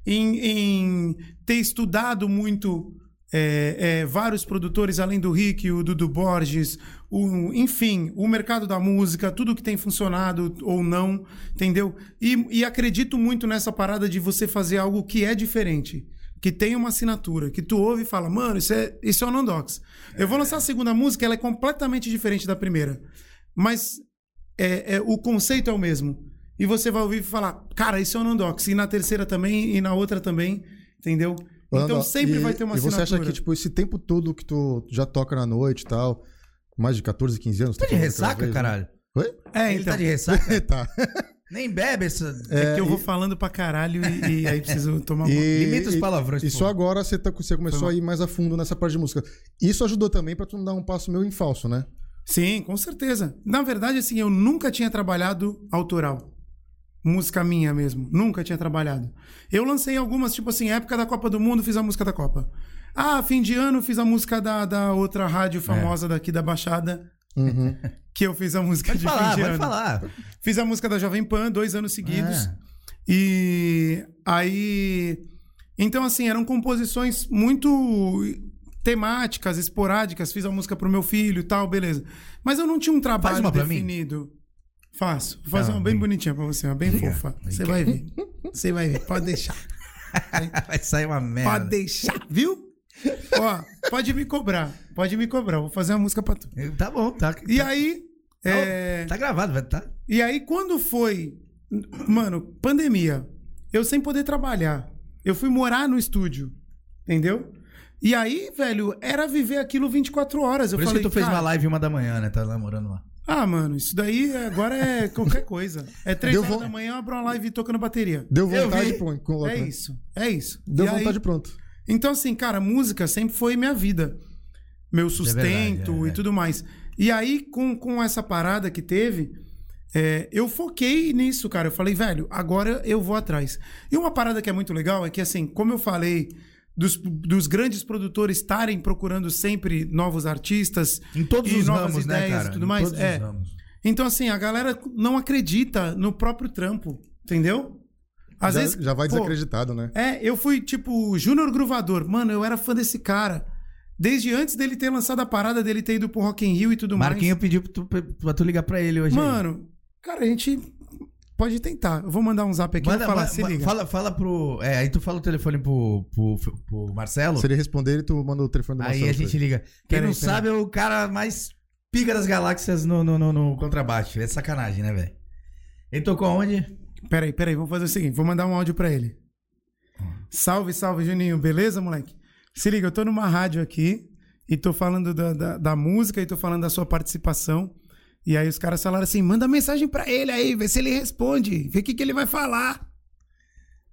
Speaker 2: em, em ter estudado muito é, é, vários produtores, além do Rick, o Dudu Borges, o, enfim, o mercado da música, tudo que tem funcionado ou não, entendeu? E, e acredito muito nessa parada de você fazer algo que é diferente, que tem uma assinatura, que tu ouve e fala, mano, isso é, isso é o Nandox. Eu vou lançar a segunda música, ela é completamente diferente da primeira, mas é, é, o conceito é o mesmo. E você vai ouvir e falar, cara, isso é o Nandox. E na terceira também, e na outra também, entendeu?
Speaker 3: Falando,
Speaker 2: então
Speaker 3: ó,
Speaker 2: sempre
Speaker 3: e-
Speaker 2: vai ter uma
Speaker 3: E você
Speaker 2: assinatura.
Speaker 3: acha que, tipo, esse tempo todo que tu já toca na noite e tal, mais de 14, 15 anos...
Speaker 1: Tá de ressaca, caralho?
Speaker 3: Oi?
Speaker 2: né? É,
Speaker 1: Ele
Speaker 2: então.
Speaker 1: tá de ressaca?
Speaker 3: né? tá.
Speaker 1: Nem bebe essa.
Speaker 2: É que eu vou falando pra caralho e, e aí preciso tomar uma.
Speaker 3: E,
Speaker 1: Limita os palavrões,
Speaker 3: E
Speaker 1: por
Speaker 3: só
Speaker 1: favor.
Speaker 3: agora você, tá- você começou a ir mais a fundo nessa parte de música. Isso ajudou também pra tu não dar um passo meio em falso, né?
Speaker 2: Sim, com certeza. Na verdade, assim, eu nunca tinha trabalhado autoral. música minha mesmo. Nunca tinha trabalhado. Eu lancei algumas, tipo assim, época da Copa do Mundo, fiz a música da Copa. Ah, fim de ano, fiz a música da, da outra rádio
Speaker 1: É.
Speaker 2: famosa daqui da Baixada,
Speaker 3: Uhum.
Speaker 2: que eu fiz a música
Speaker 1: Pode
Speaker 2: de
Speaker 1: falar,
Speaker 2: fim de
Speaker 1: pode
Speaker 2: ano.
Speaker 1: falar.
Speaker 2: Fiz a música da Jovem Pan dois anos seguidos.
Speaker 1: É.
Speaker 2: E aí. Então, assim, eram composições muito temáticas, esporádicas. Fiz a música pro meu filho e tal, beleza. Mas eu não tinha um trabalho
Speaker 1: uma pra mim.
Speaker 2: definido. Faço. Vou fazer
Speaker 1: Tá,
Speaker 2: uma bem
Speaker 1: bem-
Speaker 2: bonitinha pra você, uma bem
Speaker 1: Obrigado.
Speaker 2: fofa.
Speaker 1: Obrigado.
Speaker 2: Você vai ver. Você vai ver. Pode deixar.
Speaker 1: É, Vai sair uma
Speaker 2: Pode
Speaker 1: merda.
Speaker 2: deixar, viu? Ó, pode me cobrar. Pode me cobrar. Vou fazer uma música pra tu.
Speaker 1: Tá bom, tá.
Speaker 2: E
Speaker 1: tá,
Speaker 2: aí. é,
Speaker 1: tá gravado, vai tá.
Speaker 2: e aí, quando foi. Mano, pandemia. Eu sem poder trabalhar. Eu fui morar no estúdio. Entendeu? E aí, velho, era viver aquilo 24 horas. Eu
Speaker 1: Por isso
Speaker 2: falei,
Speaker 1: que tu fez
Speaker 2: cara,
Speaker 1: uma live uma da manhã, né? Tá lá morando lá.
Speaker 2: Ah, mano, isso daí agora é qualquer coisa. É três
Speaker 3: Deu
Speaker 2: horas
Speaker 3: vo-
Speaker 2: da manhã, eu abro uma live tocando bateria.
Speaker 3: Deu
Speaker 1: Eu
Speaker 3: vontade,
Speaker 1: vi.
Speaker 3: pô, coloca.
Speaker 2: É
Speaker 3: né?
Speaker 2: isso. É isso.
Speaker 3: Deu
Speaker 2: E aí-
Speaker 3: vontade, pronto.
Speaker 2: Então, assim, cara, música sempre foi minha vida. Meu sustento
Speaker 1: verdade, é.
Speaker 2: e tudo mais. E aí, com, com essa parada que teve, é, eu foquei nisso, cara. Eu falei, velho, agora eu vou atrás. E uma parada que é muito legal é que, assim, como eu falei, dos, dos grandes produtores estarem procurando sempre novos artistas.
Speaker 1: Em todos
Speaker 2: e
Speaker 1: os
Speaker 2: novas
Speaker 1: ramos, né,
Speaker 2: ideias
Speaker 1: cara?
Speaker 2: E tudo
Speaker 1: Em
Speaker 2: mais.
Speaker 1: todos os
Speaker 2: é.
Speaker 1: ramos.
Speaker 2: Então, assim, a galera não acredita no próprio trampo, entendeu? Às
Speaker 3: já,
Speaker 2: vezes.
Speaker 3: já vai
Speaker 2: pô,
Speaker 3: desacreditado, né?
Speaker 2: é, eu fui tipo Júnior Gruvador. Mano, eu era fã desse cara. Desde antes dele ter lançado a parada, dele ter ido pro Rock in Rio e tudo
Speaker 1: Marquinho pediu pra tu, pra tu ligar pra ele hoje.
Speaker 2: mais.
Speaker 1: aí.
Speaker 2: Mano, cara, a gente pode tentar. Eu vou mandar um zap aqui e
Speaker 1: Manda,
Speaker 2: falar,
Speaker 1: ma-
Speaker 2: se
Speaker 1: ma-
Speaker 2: liga.
Speaker 1: Fala, fala pro. É, aí tu fala o telefone pro, pro, pro Marcelo.
Speaker 3: Se ele responder, ele tu manda o telefone do
Speaker 1: aí
Speaker 3: Marcelo
Speaker 1: a
Speaker 3: pra
Speaker 1: gente
Speaker 3: ele.
Speaker 1: liga. Quem
Speaker 2: Peraí,
Speaker 1: não
Speaker 2: peraí.
Speaker 1: sabe é o cara mais pica das galáxias no, no, no, no contrabaixo. É sacanagem, né, velho? Ele tocou aonde?
Speaker 2: Peraí, peraí, vamos fazer o seguinte, vou mandar um áudio pra ele. Salve, salve, Juninho, beleza, moleque? Se liga, eu tô numa rádio aqui e tô falando da, da, da música e tô falando da sua participação. E aí os caras falaram assim: manda mensagem pra ele aí, vê se ele responde, vê o que, que ele vai falar.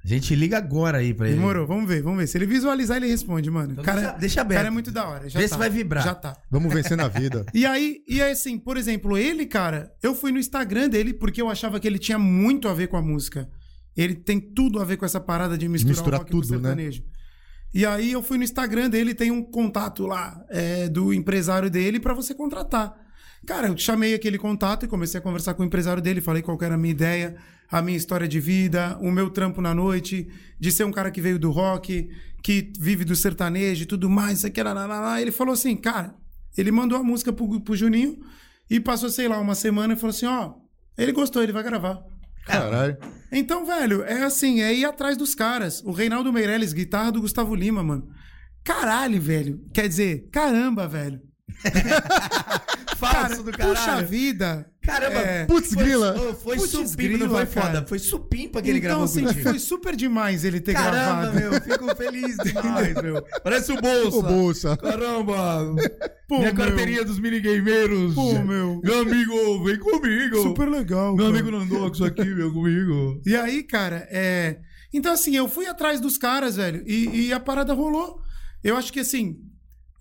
Speaker 1: A gente liga agora aí pra ele.
Speaker 2: Demorou, vamos ver, vamos ver. Se ele visualizar, ele responde, mano.
Speaker 1: Então
Speaker 2: cara,
Speaker 1: deixa- deixa aberto.
Speaker 2: cara é muito da hora. Já
Speaker 1: Vê
Speaker 2: tá.
Speaker 1: se vai vibrar.
Speaker 2: Já tá.
Speaker 3: Vamos vencer na vida.
Speaker 2: E aí, e aí, assim, por exemplo, ele, cara, eu fui no Instagram dele porque eu achava que ele tinha muito a ver com a música. Ele tem tudo a ver com essa parada de misturar,
Speaker 3: Misturar
Speaker 2: o rock com o
Speaker 3: tudo, né?
Speaker 2: sertanejo. E aí eu fui no Instagram dele, tem um contato lá é, do empresário dele pra você contratar. Cara, eu chamei aquele contato e comecei a conversar com o empresário dele, falei qual que era a minha ideia, a minha história de vida, o meu trampo na noite, de ser um cara que veio do rock, que vive do sertanejo e tudo mais, isso aqui, lá, lá, lá, lá. Ele falou assim, cara, ele mandou a música pro, pro Juninho e passou, sei lá, uma semana e falou assim, ó, ele gostou, ele vai gravar.
Speaker 3: Caralho.
Speaker 2: Então, velho, é assim, é ir atrás dos caras. O Reinaldo Meirelles, guitarra do Gustavo Lima, mano. Caralho, velho. Quer dizer, caramba, velho.
Speaker 1: Falso do caralho.
Speaker 2: Puxa vida.
Speaker 1: Caramba,
Speaker 2: É.
Speaker 3: Putz,
Speaker 1: foi,
Speaker 3: grila.
Speaker 1: oh, Foi
Speaker 2: Putz,
Speaker 1: supimpa, não foi
Speaker 2: grila,
Speaker 1: foda.
Speaker 2: cara.
Speaker 1: Foi supimpa que ele
Speaker 2: então,
Speaker 1: gravou
Speaker 2: assim,
Speaker 1: contigo.
Speaker 2: foi super demais ele ter
Speaker 1: Caramba,
Speaker 2: gravado.
Speaker 1: meu, fico feliz demais, meu. Parece o
Speaker 3: Ô,
Speaker 1: bolso.
Speaker 3: bolsa.
Speaker 1: Caramba!
Speaker 2: Pô,
Speaker 1: Minha
Speaker 2: meu.
Speaker 1: carteirinha dos minigameiros!
Speaker 2: Pô, meu.
Speaker 1: Meu amigo, vem comigo!
Speaker 2: Super legal.
Speaker 1: Meu
Speaker 2: cara.
Speaker 1: amigo Nandox aqui, meu, comigo!
Speaker 2: E aí, cara, é. Então, assim, eu fui atrás dos caras, velho, e, e a parada rolou. Eu acho que, assim,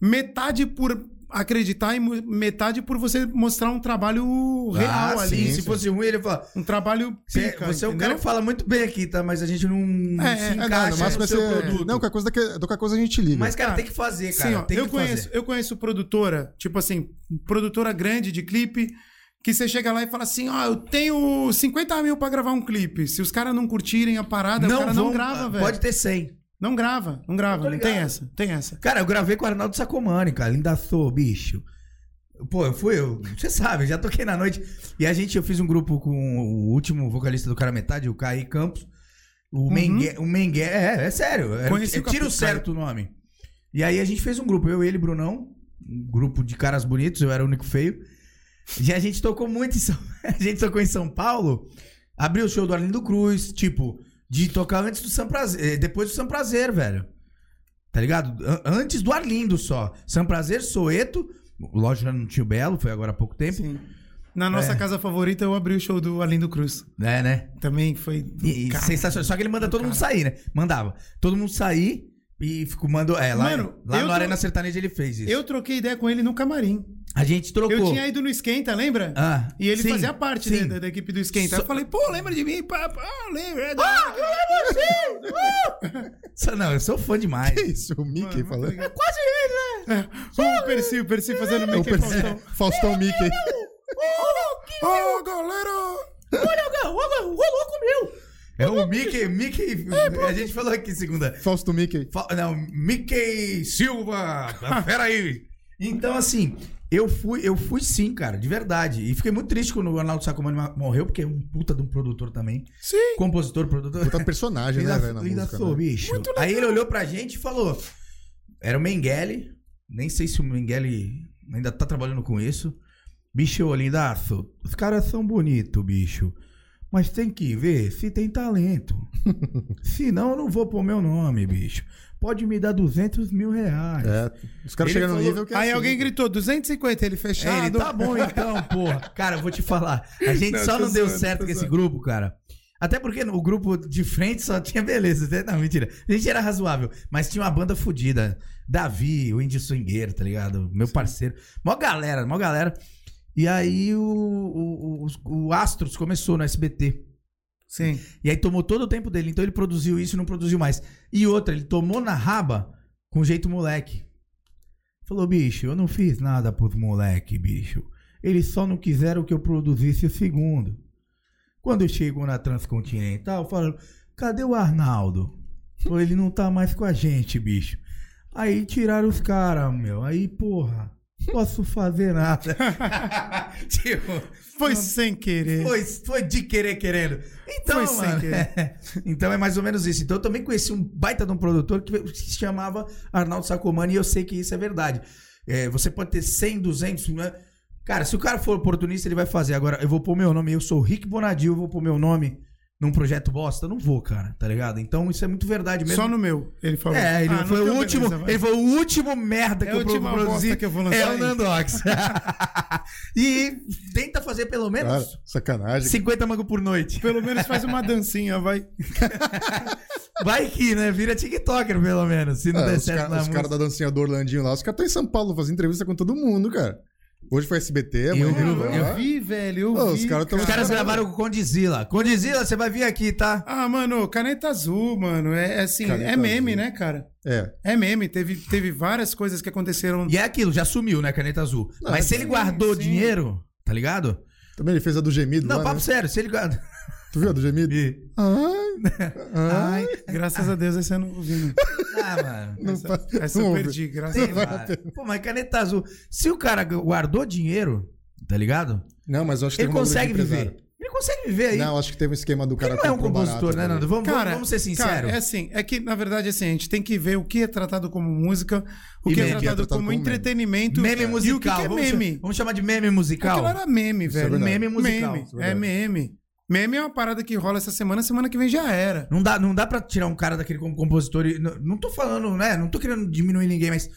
Speaker 2: metade por acreditar e mu- metade por você mostrar um trabalho real
Speaker 1: ah,
Speaker 2: ali.
Speaker 1: sim, se fosse ruim, ele fala.
Speaker 2: Um trabalho
Speaker 1: Você,
Speaker 2: pica,
Speaker 1: você é um
Speaker 2: entendeu?
Speaker 1: cara que fala muito bem aqui, tá? Mas a gente não
Speaker 2: É,
Speaker 1: se
Speaker 2: é, não,
Speaker 1: encaixa
Speaker 3: No
Speaker 2: no
Speaker 3: máximo
Speaker 1: no
Speaker 3: vai
Speaker 1: seu
Speaker 3: ser.
Speaker 1: produto.
Speaker 3: Não, qualquer coisa, que... qualquer coisa a gente liga.
Speaker 1: Mas, cara,
Speaker 2: Cara,
Speaker 1: tem que fazer, cara.
Speaker 2: Sim, ó,
Speaker 1: tem
Speaker 2: eu
Speaker 1: que
Speaker 2: conheço,
Speaker 1: fazer.
Speaker 2: eu conheço produtora, tipo assim, produtora grande de clipe, que você chega lá e fala assim, ó, eu tenho 50 mil pra gravar um clipe. Se os caras não curtirem a parada, o cara Ah, não
Speaker 1: vão- Ah,
Speaker 2: grava, velho.
Speaker 1: Pode ter 100.
Speaker 2: Não grava, não grava,
Speaker 1: Eu tô
Speaker 2: não tem
Speaker 1: ligado.
Speaker 2: essa, tem essa.
Speaker 1: Cara, eu gravei com o Arnaldo Sacomani, cara. Linda sou, bicho. Pô, eu fui, eu- você sabe, eu já toquei na noite. E a gente, eu fiz um grupo com o último vocalista do Cara Metade, o Kai Campos. O Mengue, o Mengue, é, é sério. É,
Speaker 2: Uhum. Conheci
Speaker 1: é
Speaker 2: o Capu-
Speaker 1: tiro certo o nome. E aí a gente fez um grupo, eu, ele, Brunão. Um grupo de caras bonitos, eu era o único feio. E a gente tocou muito em São... A gente tocou em São Paulo. Abriu o show do Arlindo Cruz, tipo, de tocar antes do Sam Prazer, eh, depois do Sam Prazer, velho. Tá ligado? An- antes do Arlindo só. Sam Prazer, Soeto, lógico já não tinha o Belo, foi agora há pouco tempo.
Speaker 2: Sim. Na nossa casa favorita, eu abri o show do Alindo Cruz.
Speaker 1: É, né?
Speaker 2: Também foi. do
Speaker 1: E, e
Speaker 2: caralho.
Speaker 1: sensacional. Só que ele manda todo mundo sair, né? Mandava. Todo mundo sair e ficou mandou. É, lá,
Speaker 2: Mano,
Speaker 1: lá
Speaker 2: eu
Speaker 1: no
Speaker 2: tô-
Speaker 1: Arena Sertaneja ele fez isso.
Speaker 2: Eu troquei ideia com ele no camarim.
Speaker 1: A gente trocou.
Speaker 2: Eu tinha ido no Esquenta, lembra?
Speaker 1: Ah,
Speaker 2: E ele
Speaker 1: sim,
Speaker 2: fazia parte
Speaker 1: sim.
Speaker 2: da, da- da equipe do
Speaker 1: Só-
Speaker 2: Esquenta.
Speaker 1: Ah,
Speaker 2: Eu falei, pô, lembra de mim? Pá, pá, lembra. É da-
Speaker 1: Só- Não, eu sou fã demais.
Speaker 3: Que isso, o Mickey
Speaker 2: Mano,
Speaker 3: falando.
Speaker 2: é quase ele, né? o Percy, o Percy fazendo
Speaker 3: É o
Speaker 2: Mickey
Speaker 3: Percy-
Speaker 2: Faustão.
Speaker 3: Faustão Mickey.
Speaker 2: Ô, oh, goleiro!
Speaker 1: Ô, louco meu! É o Mickey, Mickey. a gente falou aqui segunda.
Speaker 3: Fausto Mickey.
Speaker 1: Fa- Não, Mickey Silva! Pera aí! Então, assim, eu fui, eu fui sim, cara, de verdade. E fiquei muito triste quando o Arnaldo Sacomani ma- morreu, porque é um puta de um produtor também.
Speaker 2: Sim.
Speaker 1: Compositor, produtor.
Speaker 3: Puta personagem, né,
Speaker 1: Ainda-
Speaker 3: velho, na
Speaker 1: ainda
Speaker 3: música.
Speaker 1: sou,
Speaker 3: né?
Speaker 1: bicho. Aí ele olhou pra gente e falou: Era o Mengele. Nem sei se o Mengele ainda tá trabalhando com isso. Bicho, ô, lindaço, os caras são bonitos, bicho. Mas tem que ver se tem talento. se não, eu não vou pôr meu nome, bicho. Pode me dar 200 mil reais.
Speaker 3: É, os caras
Speaker 1: Ele
Speaker 3: chegam no
Speaker 1: falou-
Speaker 3: nível que é
Speaker 2: Aí
Speaker 3: assim.
Speaker 2: alguém gritou, 250, ele
Speaker 1: É, ele
Speaker 2: fechado.
Speaker 1: tá bom então, porra. Cara, eu vou te falar. A gente
Speaker 2: Não,
Speaker 1: só
Speaker 2: tô
Speaker 1: não deu
Speaker 2: zoando,
Speaker 1: certo
Speaker 2: tô
Speaker 1: com esse
Speaker 2: zoando.
Speaker 1: grupo, cara. Até porque no- o grupo de frente só tinha beleza. né? Não, mentira. A gente era razoável. Mas tinha uma banda fodida. Davi, o Índio Swingueiro, tá ligado? Meu parceiro. Mó galera, mó galera. E aí o, o, o- os- o Astros começou no SBT.
Speaker 2: Sim.
Speaker 1: E aí tomou todo o tempo dele. Então ele produziu isso e não produziu mais. E outra, ele tomou na raba com jeito moleque. Falou, bicho, eu não fiz nada pros moleque, bicho. Eles só não quiseram que eu produzisse o segundo. Quando chegou na Transcontinental, falaram, cadê o Arnaldo? Falou, ele não tá mais com a gente, bicho. Aí tiraram os caras, meu. Aí, porra, posso fazer nada. tipo,
Speaker 2: Foi sem querer.
Speaker 1: foi, foi de querer querendo. Então,
Speaker 2: Foi sem
Speaker 1: mano,
Speaker 2: querer.
Speaker 1: então é mais ou menos isso. Então eu também conheci um baita de um produtor que se chamava Arnaldo Sacomani e eu sei que isso é verdade. É, você pode ter 100, 200... né? Cara, se o cara for oportunista, ele vai fazer. Agora, eu vou pôr meu nome, eu sou o Rick Bonadil, eu vou pôr meu nome num projeto bosta? Eu Não vou, cara, tá ligado? Então isso é muito verdade mesmo.
Speaker 2: Só no meu, ele falou.
Speaker 1: É, ele
Speaker 2: Ah, no
Speaker 1: foi
Speaker 2: teu,
Speaker 1: o último,
Speaker 2: beleza, vai.
Speaker 1: ele foi o último merda
Speaker 2: É
Speaker 1: que
Speaker 2: a
Speaker 1: eu pro-
Speaker 2: última
Speaker 1: produzi
Speaker 2: bosta que eu vou lançar
Speaker 1: é o
Speaker 2: aí.
Speaker 1: Nandox. e tenta fazer pelo menos
Speaker 3: Cara, sacanagem.
Speaker 1: 50 mangos por noite.
Speaker 2: Pelo menos faz uma dancinha, vai.
Speaker 1: Vai que, né? Vira TikToker, pelo menos. Se não
Speaker 3: Ah,
Speaker 1: der
Speaker 3: os
Speaker 1: certo
Speaker 3: caras
Speaker 1: na música.
Speaker 3: da dancinha do Orlandinho lá, os caras estão em São Paulo fazendo entrevista com todo mundo, cara. Hoje foi SBT, amanhã
Speaker 1: Eu vi,
Speaker 3: vai
Speaker 2: Eu
Speaker 3: lá.
Speaker 2: vi, velho, eu
Speaker 3: Ô,
Speaker 2: vi.
Speaker 3: os caras tão-
Speaker 1: Os caras gravaram com o Condizila. Condizila, você vai vir aqui, tá?
Speaker 2: Ah, mano, caneta azul, mano. É, é assim,
Speaker 3: Caneta
Speaker 2: é meme,
Speaker 3: azul.
Speaker 2: né, cara?
Speaker 3: É,
Speaker 2: É meme. Teve, teve várias coisas que aconteceram.
Speaker 1: E é aquilo, já sumiu, né, caneta azul.
Speaker 3: Não,
Speaker 1: Mas se ele
Speaker 2: sim,
Speaker 1: guardou
Speaker 2: sim.
Speaker 1: dinheiro, tá ligado?
Speaker 3: também ele fez a do gemido
Speaker 1: Não,
Speaker 3: lá,
Speaker 1: papo
Speaker 3: né?
Speaker 1: sério, se ele guardou.
Speaker 3: Tu viu a do gemido? Ai, ai,
Speaker 2: Ai, graças a Deus esse eu não ouvi, né?
Speaker 1: Ah, mano.
Speaker 3: não
Speaker 2: essa,
Speaker 3: faz-
Speaker 2: essa
Speaker 3: não
Speaker 2: eu
Speaker 3: ouve.
Speaker 2: perdi, graças a
Speaker 1: Sei
Speaker 2: Deus.
Speaker 1: lá. Pô, mas caneta azul. Se o cara guardou dinheiro, tá ligado?
Speaker 3: Não, mas eu acho que
Speaker 1: Ele
Speaker 3: tem um bagulho de
Speaker 1: consegue
Speaker 3: empresário.
Speaker 1: viver. Ele consegue viver aí.
Speaker 3: Não, acho que teve um esquema do cara
Speaker 1: ele não é um
Speaker 3: comprou
Speaker 1: compositor,
Speaker 3: barato, tá
Speaker 1: né,
Speaker 3: velho.
Speaker 1: Nando? Vamos, vamos- vamos ser sinceros.
Speaker 2: Cara, é assim, é que na verdade assim, a gente tem que ver o que é tratado como música, o
Speaker 1: E
Speaker 2: que é
Speaker 1: meme.
Speaker 2: tratado, como,
Speaker 3: meme.
Speaker 2: entretenimento
Speaker 1: meme musical.
Speaker 2: e o que, que é
Speaker 1: vamos,
Speaker 2: meme.
Speaker 1: Vamos chamar de meme musical.
Speaker 2: Aquilo era meme,
Speaker 3: Isso é
Speaker 2: velho.
Speaker 3: verdade.
Speaker 1: meme musical.
Speaker 2: meme,
Speaker 3: isso é
Speaker 2: é
Speaker 3: verdade.
Speaker 2: meme. Meme é uma parada que rola essa semana, semana que vem já era.
Speaker 1: Não dá, não dá pra tirar um cara daquele como compositor. E, não, não tô falando, né? Não tô querendo diminuir ninguém, mas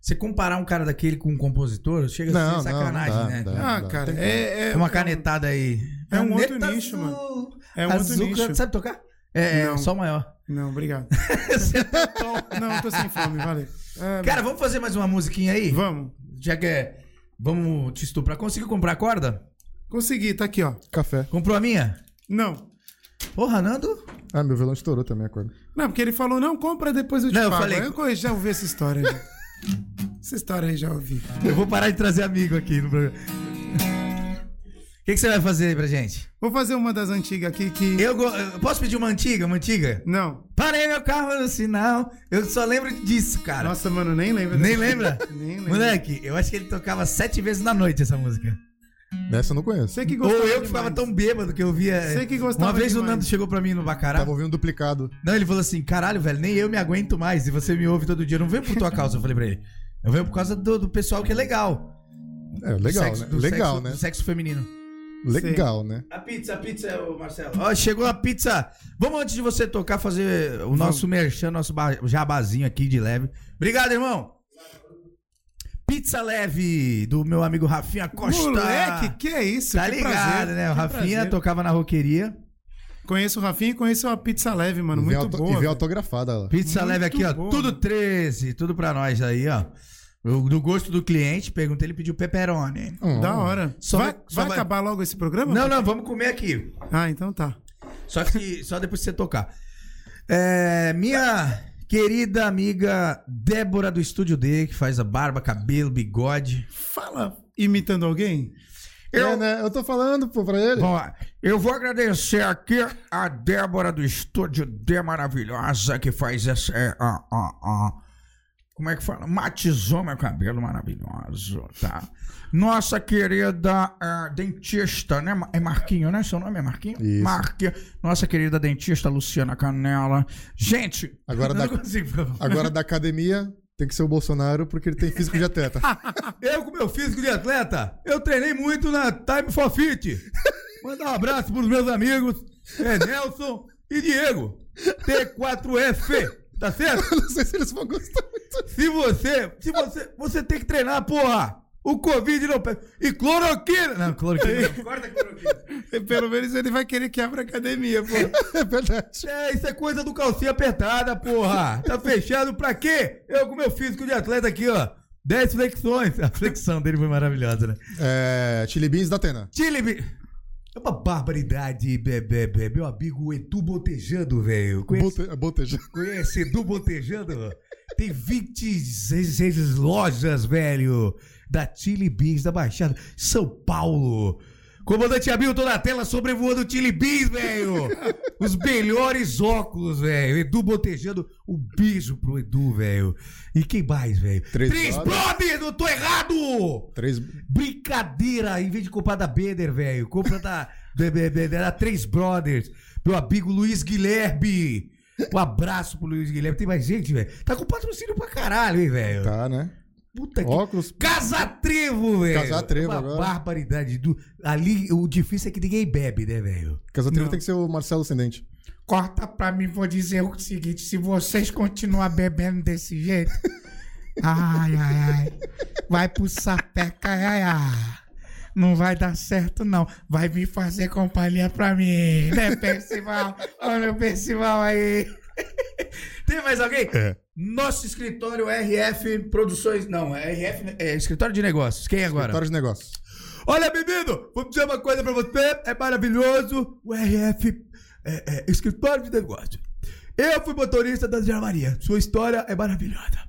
Speaker 1: você comparar um cara daquele com um compositor chega a
Speaker 3: Não,
Speaker 1: ser
Speaker 3: não,
Speaker 1: sacanagem,
Speaker 3: não dá,
Speaker 1: né?
Speaker 3: não dá.
Speaker 2: Ah,
Speaker 3: tem
Speaker 2: cara,
Speaker 3: como.
Speaker 2: é, é,
Speaker 1: É uma canetada aí.
Speaker 2: É um outro
Speaker 1: Caneta
Speaker 2: nicho,
Speaker 1: azul.
Speaker 2: É um outro
Speaker 1: Azul,
Speaker 2: nicho.
Speaker 1: Sabe tocar? É, é
Speaker 2: Não.
Speaker 1: só maior.
Speaker 2: Não, obrigado.
Speaker 1: Você tá tão-
Speaker 2: Não, tô sem fome, valeu. Ah,
Speaker 1: cara, vamos fazer mais uma musiquinha aí?
Speaker 2: vamos.
Speaker 1: Já que é. Vamos te estuprar. Conseguiu comprar a corda?
Speaker 2: Consegui, tá aqui, ó.
Speaker 3: Café.
Speaker 1: Comprou a minha?
Speaker 2: Não.
Speaker 1: Porra, Nando?
Speaker 3: Ah, meu violão estourou também, acorda.
Speaker 2: Não, porque ele falou, não, compra depois eu te
Speaker 1: Não, eu
Speaker 2: pago.
Speaker 1: falei-
Speaker 2: Eu co- já ouvi essa história. já. essa história aí já ouvi.
Speaker 1: Eu vou parar de trazer amigo aqui no programa. O que, que você vai fazer aí pra gente?
Speaker 2: Vou fazer uma das antigas aqui que...
Speaker 1: Eu, go- eu posso pedir uma antiga, uma antiga?
Speaker 2: Não.
Speaker 1: Parei meu carro no sinal. Eu só lembro disso, cara.
Speaker 2: Nossa, mano, nem lembro.
Speaker 1: Nem
Speaker 2: dessa-
Speaker 1: lembra?
Speaker 2: Nem lembro.
Speaker 1: Moleque, eu acho que ele tocava sete vezes na noite essa música.
Speaker 3: Essa eu não conheço.
Speaker 2: Você que
Speaker 1: Ou
Speaker 2: gostava
Speaker 1: eu que
Speaker 2: demais.
Speaker 1: ficava tão bêbado que eu via.
Speaker 2: Sei que gostava
Speaker 1: Uma vez o
Speaker 2: demais. Tá
Speaker 1: Nando chegou pra mim no Bacará.
Speaker 3: Tava ouvindo duplicado.
Speaker 1: Não, ele falou assim: caralho, velho, nem eu me aguento mais. E você me ouve todo dia. Eu não venho por tua causa, eu falei pra ele. Eu venho por causa do, do pessoal que é legal.
Speaker 3: É, legal,
Speaker 1: Sexo-
Speaker 3: né?
Speaker 1: do
Speaker 3: Legal,
Speaker 1: sexo-
Speaker 3: né?
Speaker 1: do sexo feminino.
Speaker 3: Legal, né?
Speaker 1: A pizza, a pizza, ô Marcelo. Ó, chegou a pizza. Vamos antes de você tocar fazer o nosso merchan, nosso ba- jabazinho aqui de leve. Obrigado, irmão. Pizza leve do meu amigo Rafinha Costa.
Speaker 2: Moleque, que é isso?
Speaker 1: tá
Speaker 2: que
Speaker 1: ligado,
Speaker 2: prazer,
Speaker 1: né? O
Speaker 2: que
Speaker 1: Rafinha
Speaker 2: prazer.
Speaker 1: tocava na roqueria.
Speaker 2: Conheço o Rafinha e conheço a Pizza Leve, mano.
Speaker 3: E vê
Speaker 2: Muito
Speaker 3: auto-
Speaker 2: boa.
Speaker 3: E vê
Speaker 2: velho.
Speaker 3: autografada lá.
Speaker 1: Pizza
Speaker 2: Muito
Speaker 1: leve aqui, ó.
Speaker 2: bom,
Speaker 1: Tudo
Speaker 2: mano.
Speaker 1: 13, tudo pra nós aí, ó. Eu, do gosto do cliente, perguntei, ele pediu pepperoni.
Speaker 3: Hum.
Speaker 2: Da hora.
Speaker 1: Só
Speaker 2: vai
Speaker 1: vai- só
Speaker 2: vai
Speaker 1: vai-
Speaker 2: acabar logo esse programa?
Speaker 1: Não, não, vamos comer aqui.
Speaker 2: Ah, então tá.
Speaker 1: Só que só depois que você tocar. É, minha querida amiga Débora do Estúdio D, que faz a barba, cabelo, bigode.
Speaker 2: Fala imitando alguém?
Speaker 3: Eu... É, né? Eu tô falando, pô, pra ele.
Speaker 1: Bom, eu vou agradecer aqui a Débora do Estúdio D maravilhosa que faz essa. é, ó, ó, ó. como é que fala? Matizou meu cabelo maravilhoso, tá? Nossa querida é, dentista, né? Ma- É Marquinho, né? Seu nome é Marquinho?
Speaker 3: Isso.
Speaker 1: Marquinho. Nossa querida dentista Luciana Canela. Gente,
Speaker 3: Agora
Speaker 1: eu
Speaker 3: dá-
Speaker 1: não consigo.
Speaker 3: Agora da academia tem que ser o Bolsonaro, porque ele tem físico de atleta.
Speaker 1: Eu, com meu físico de atleta, eu treinei muito na Time for Fit. Mandar um abraço pros meus amigos, é Nelson e Diego. T4F, tá certo?
Speaker 3: não sei se eles vão gostar muito.
Speaker 1: Se você, se você, você tem que treinar, porra. O Covid não pega. E cloroquina. Não, cloroquina. não. Corta a cloroquina.
Speaker 2: Pelo menos ele vai querer que abra academia, pô.
Speaker 3: É verdade.
Speaker 1: É, isso é coisa do calcinha apertada, porra. Tá fechado pra quê? Eu com meu físico de atleta aqui, ó. 10 flexões. A flexão dele foi maravilhosa, né?
Speaker 3: É, Chili Beans da Atena.
Speaker 1: Chile. Bi- É uma barbaridade, bebê, bebê. Meu amigo Edu Botejando, velho. Conhece,
Speaker 3: Bote, botejando.
Speaker 1: conhece Edu Botejando? Tem 26 lojas, velho. Da Chile Beans, da Baixada. São Paulo. Comandante Hamilton na tela sobrevoando o Chile Beans, velho. Os melhores óculos, velho. Edu Botejando. Um beijo pro Edu, velho. E quem mais, velho?
Speaker 3: Três
Speaker 1: Três
Speaker 3: brothers.
Speaker 1: brothers, eu tô errado!
Speaker 3: Três.
Speaker 1: Brincadeira, em vez de comprar da Bender, velho, compra da, da, da, da, da Três Brothers, meu amigo Luiz Guilherme. Um abraço pro Luiz Guilherme. Tem mais gente, velho. Tá com patrocínio pra caralho, hein, velho.
Speaker 3: Tá, né?
Speaker 1: Puta que.
Speaker 3: Óculos.
Speaker 1: Casa Trevo, velho.
Speaker 3: Casa Trevo
Speaker 1: Uma
Speaker 3: agora.
Speaker 1: barbaridade. Do... Ali, o difícil é que ninguém bebe, né, velho?
Speaker 3: Casatrivo
Speaker 2: Não.
Speaker 3: tem que ser o Marcelo Ascendente.
Speaker 4: Corta pra mim, vou dizer o seguinte: se vocês continuar bebendo desse jeito, ai, ai, ai, vai pro sapeca, ai, ai, ai. Não vai dar certo, não. Vai vir fazer companhia pra mim, né, Percival? Olha meu Percival aí.
Speaker 1: Tem mais alguém?
Speaker 3: É.
Speaker 1: Nosso escritório RF Produções. Não, é
Speaker 4: né?
Speaker 1: RF. É escritório de negócios.
Speaker 4: é
Speaker 1: Quem agora?
Speaker 3: História de negócios.
Speaker 1: Olha, menino, vou dizer uma coisa pra você, é maravilhoso. O RF é, é escritório de negócio. Eu fui motorista da Zé Maria. Sua história é maravilhosa.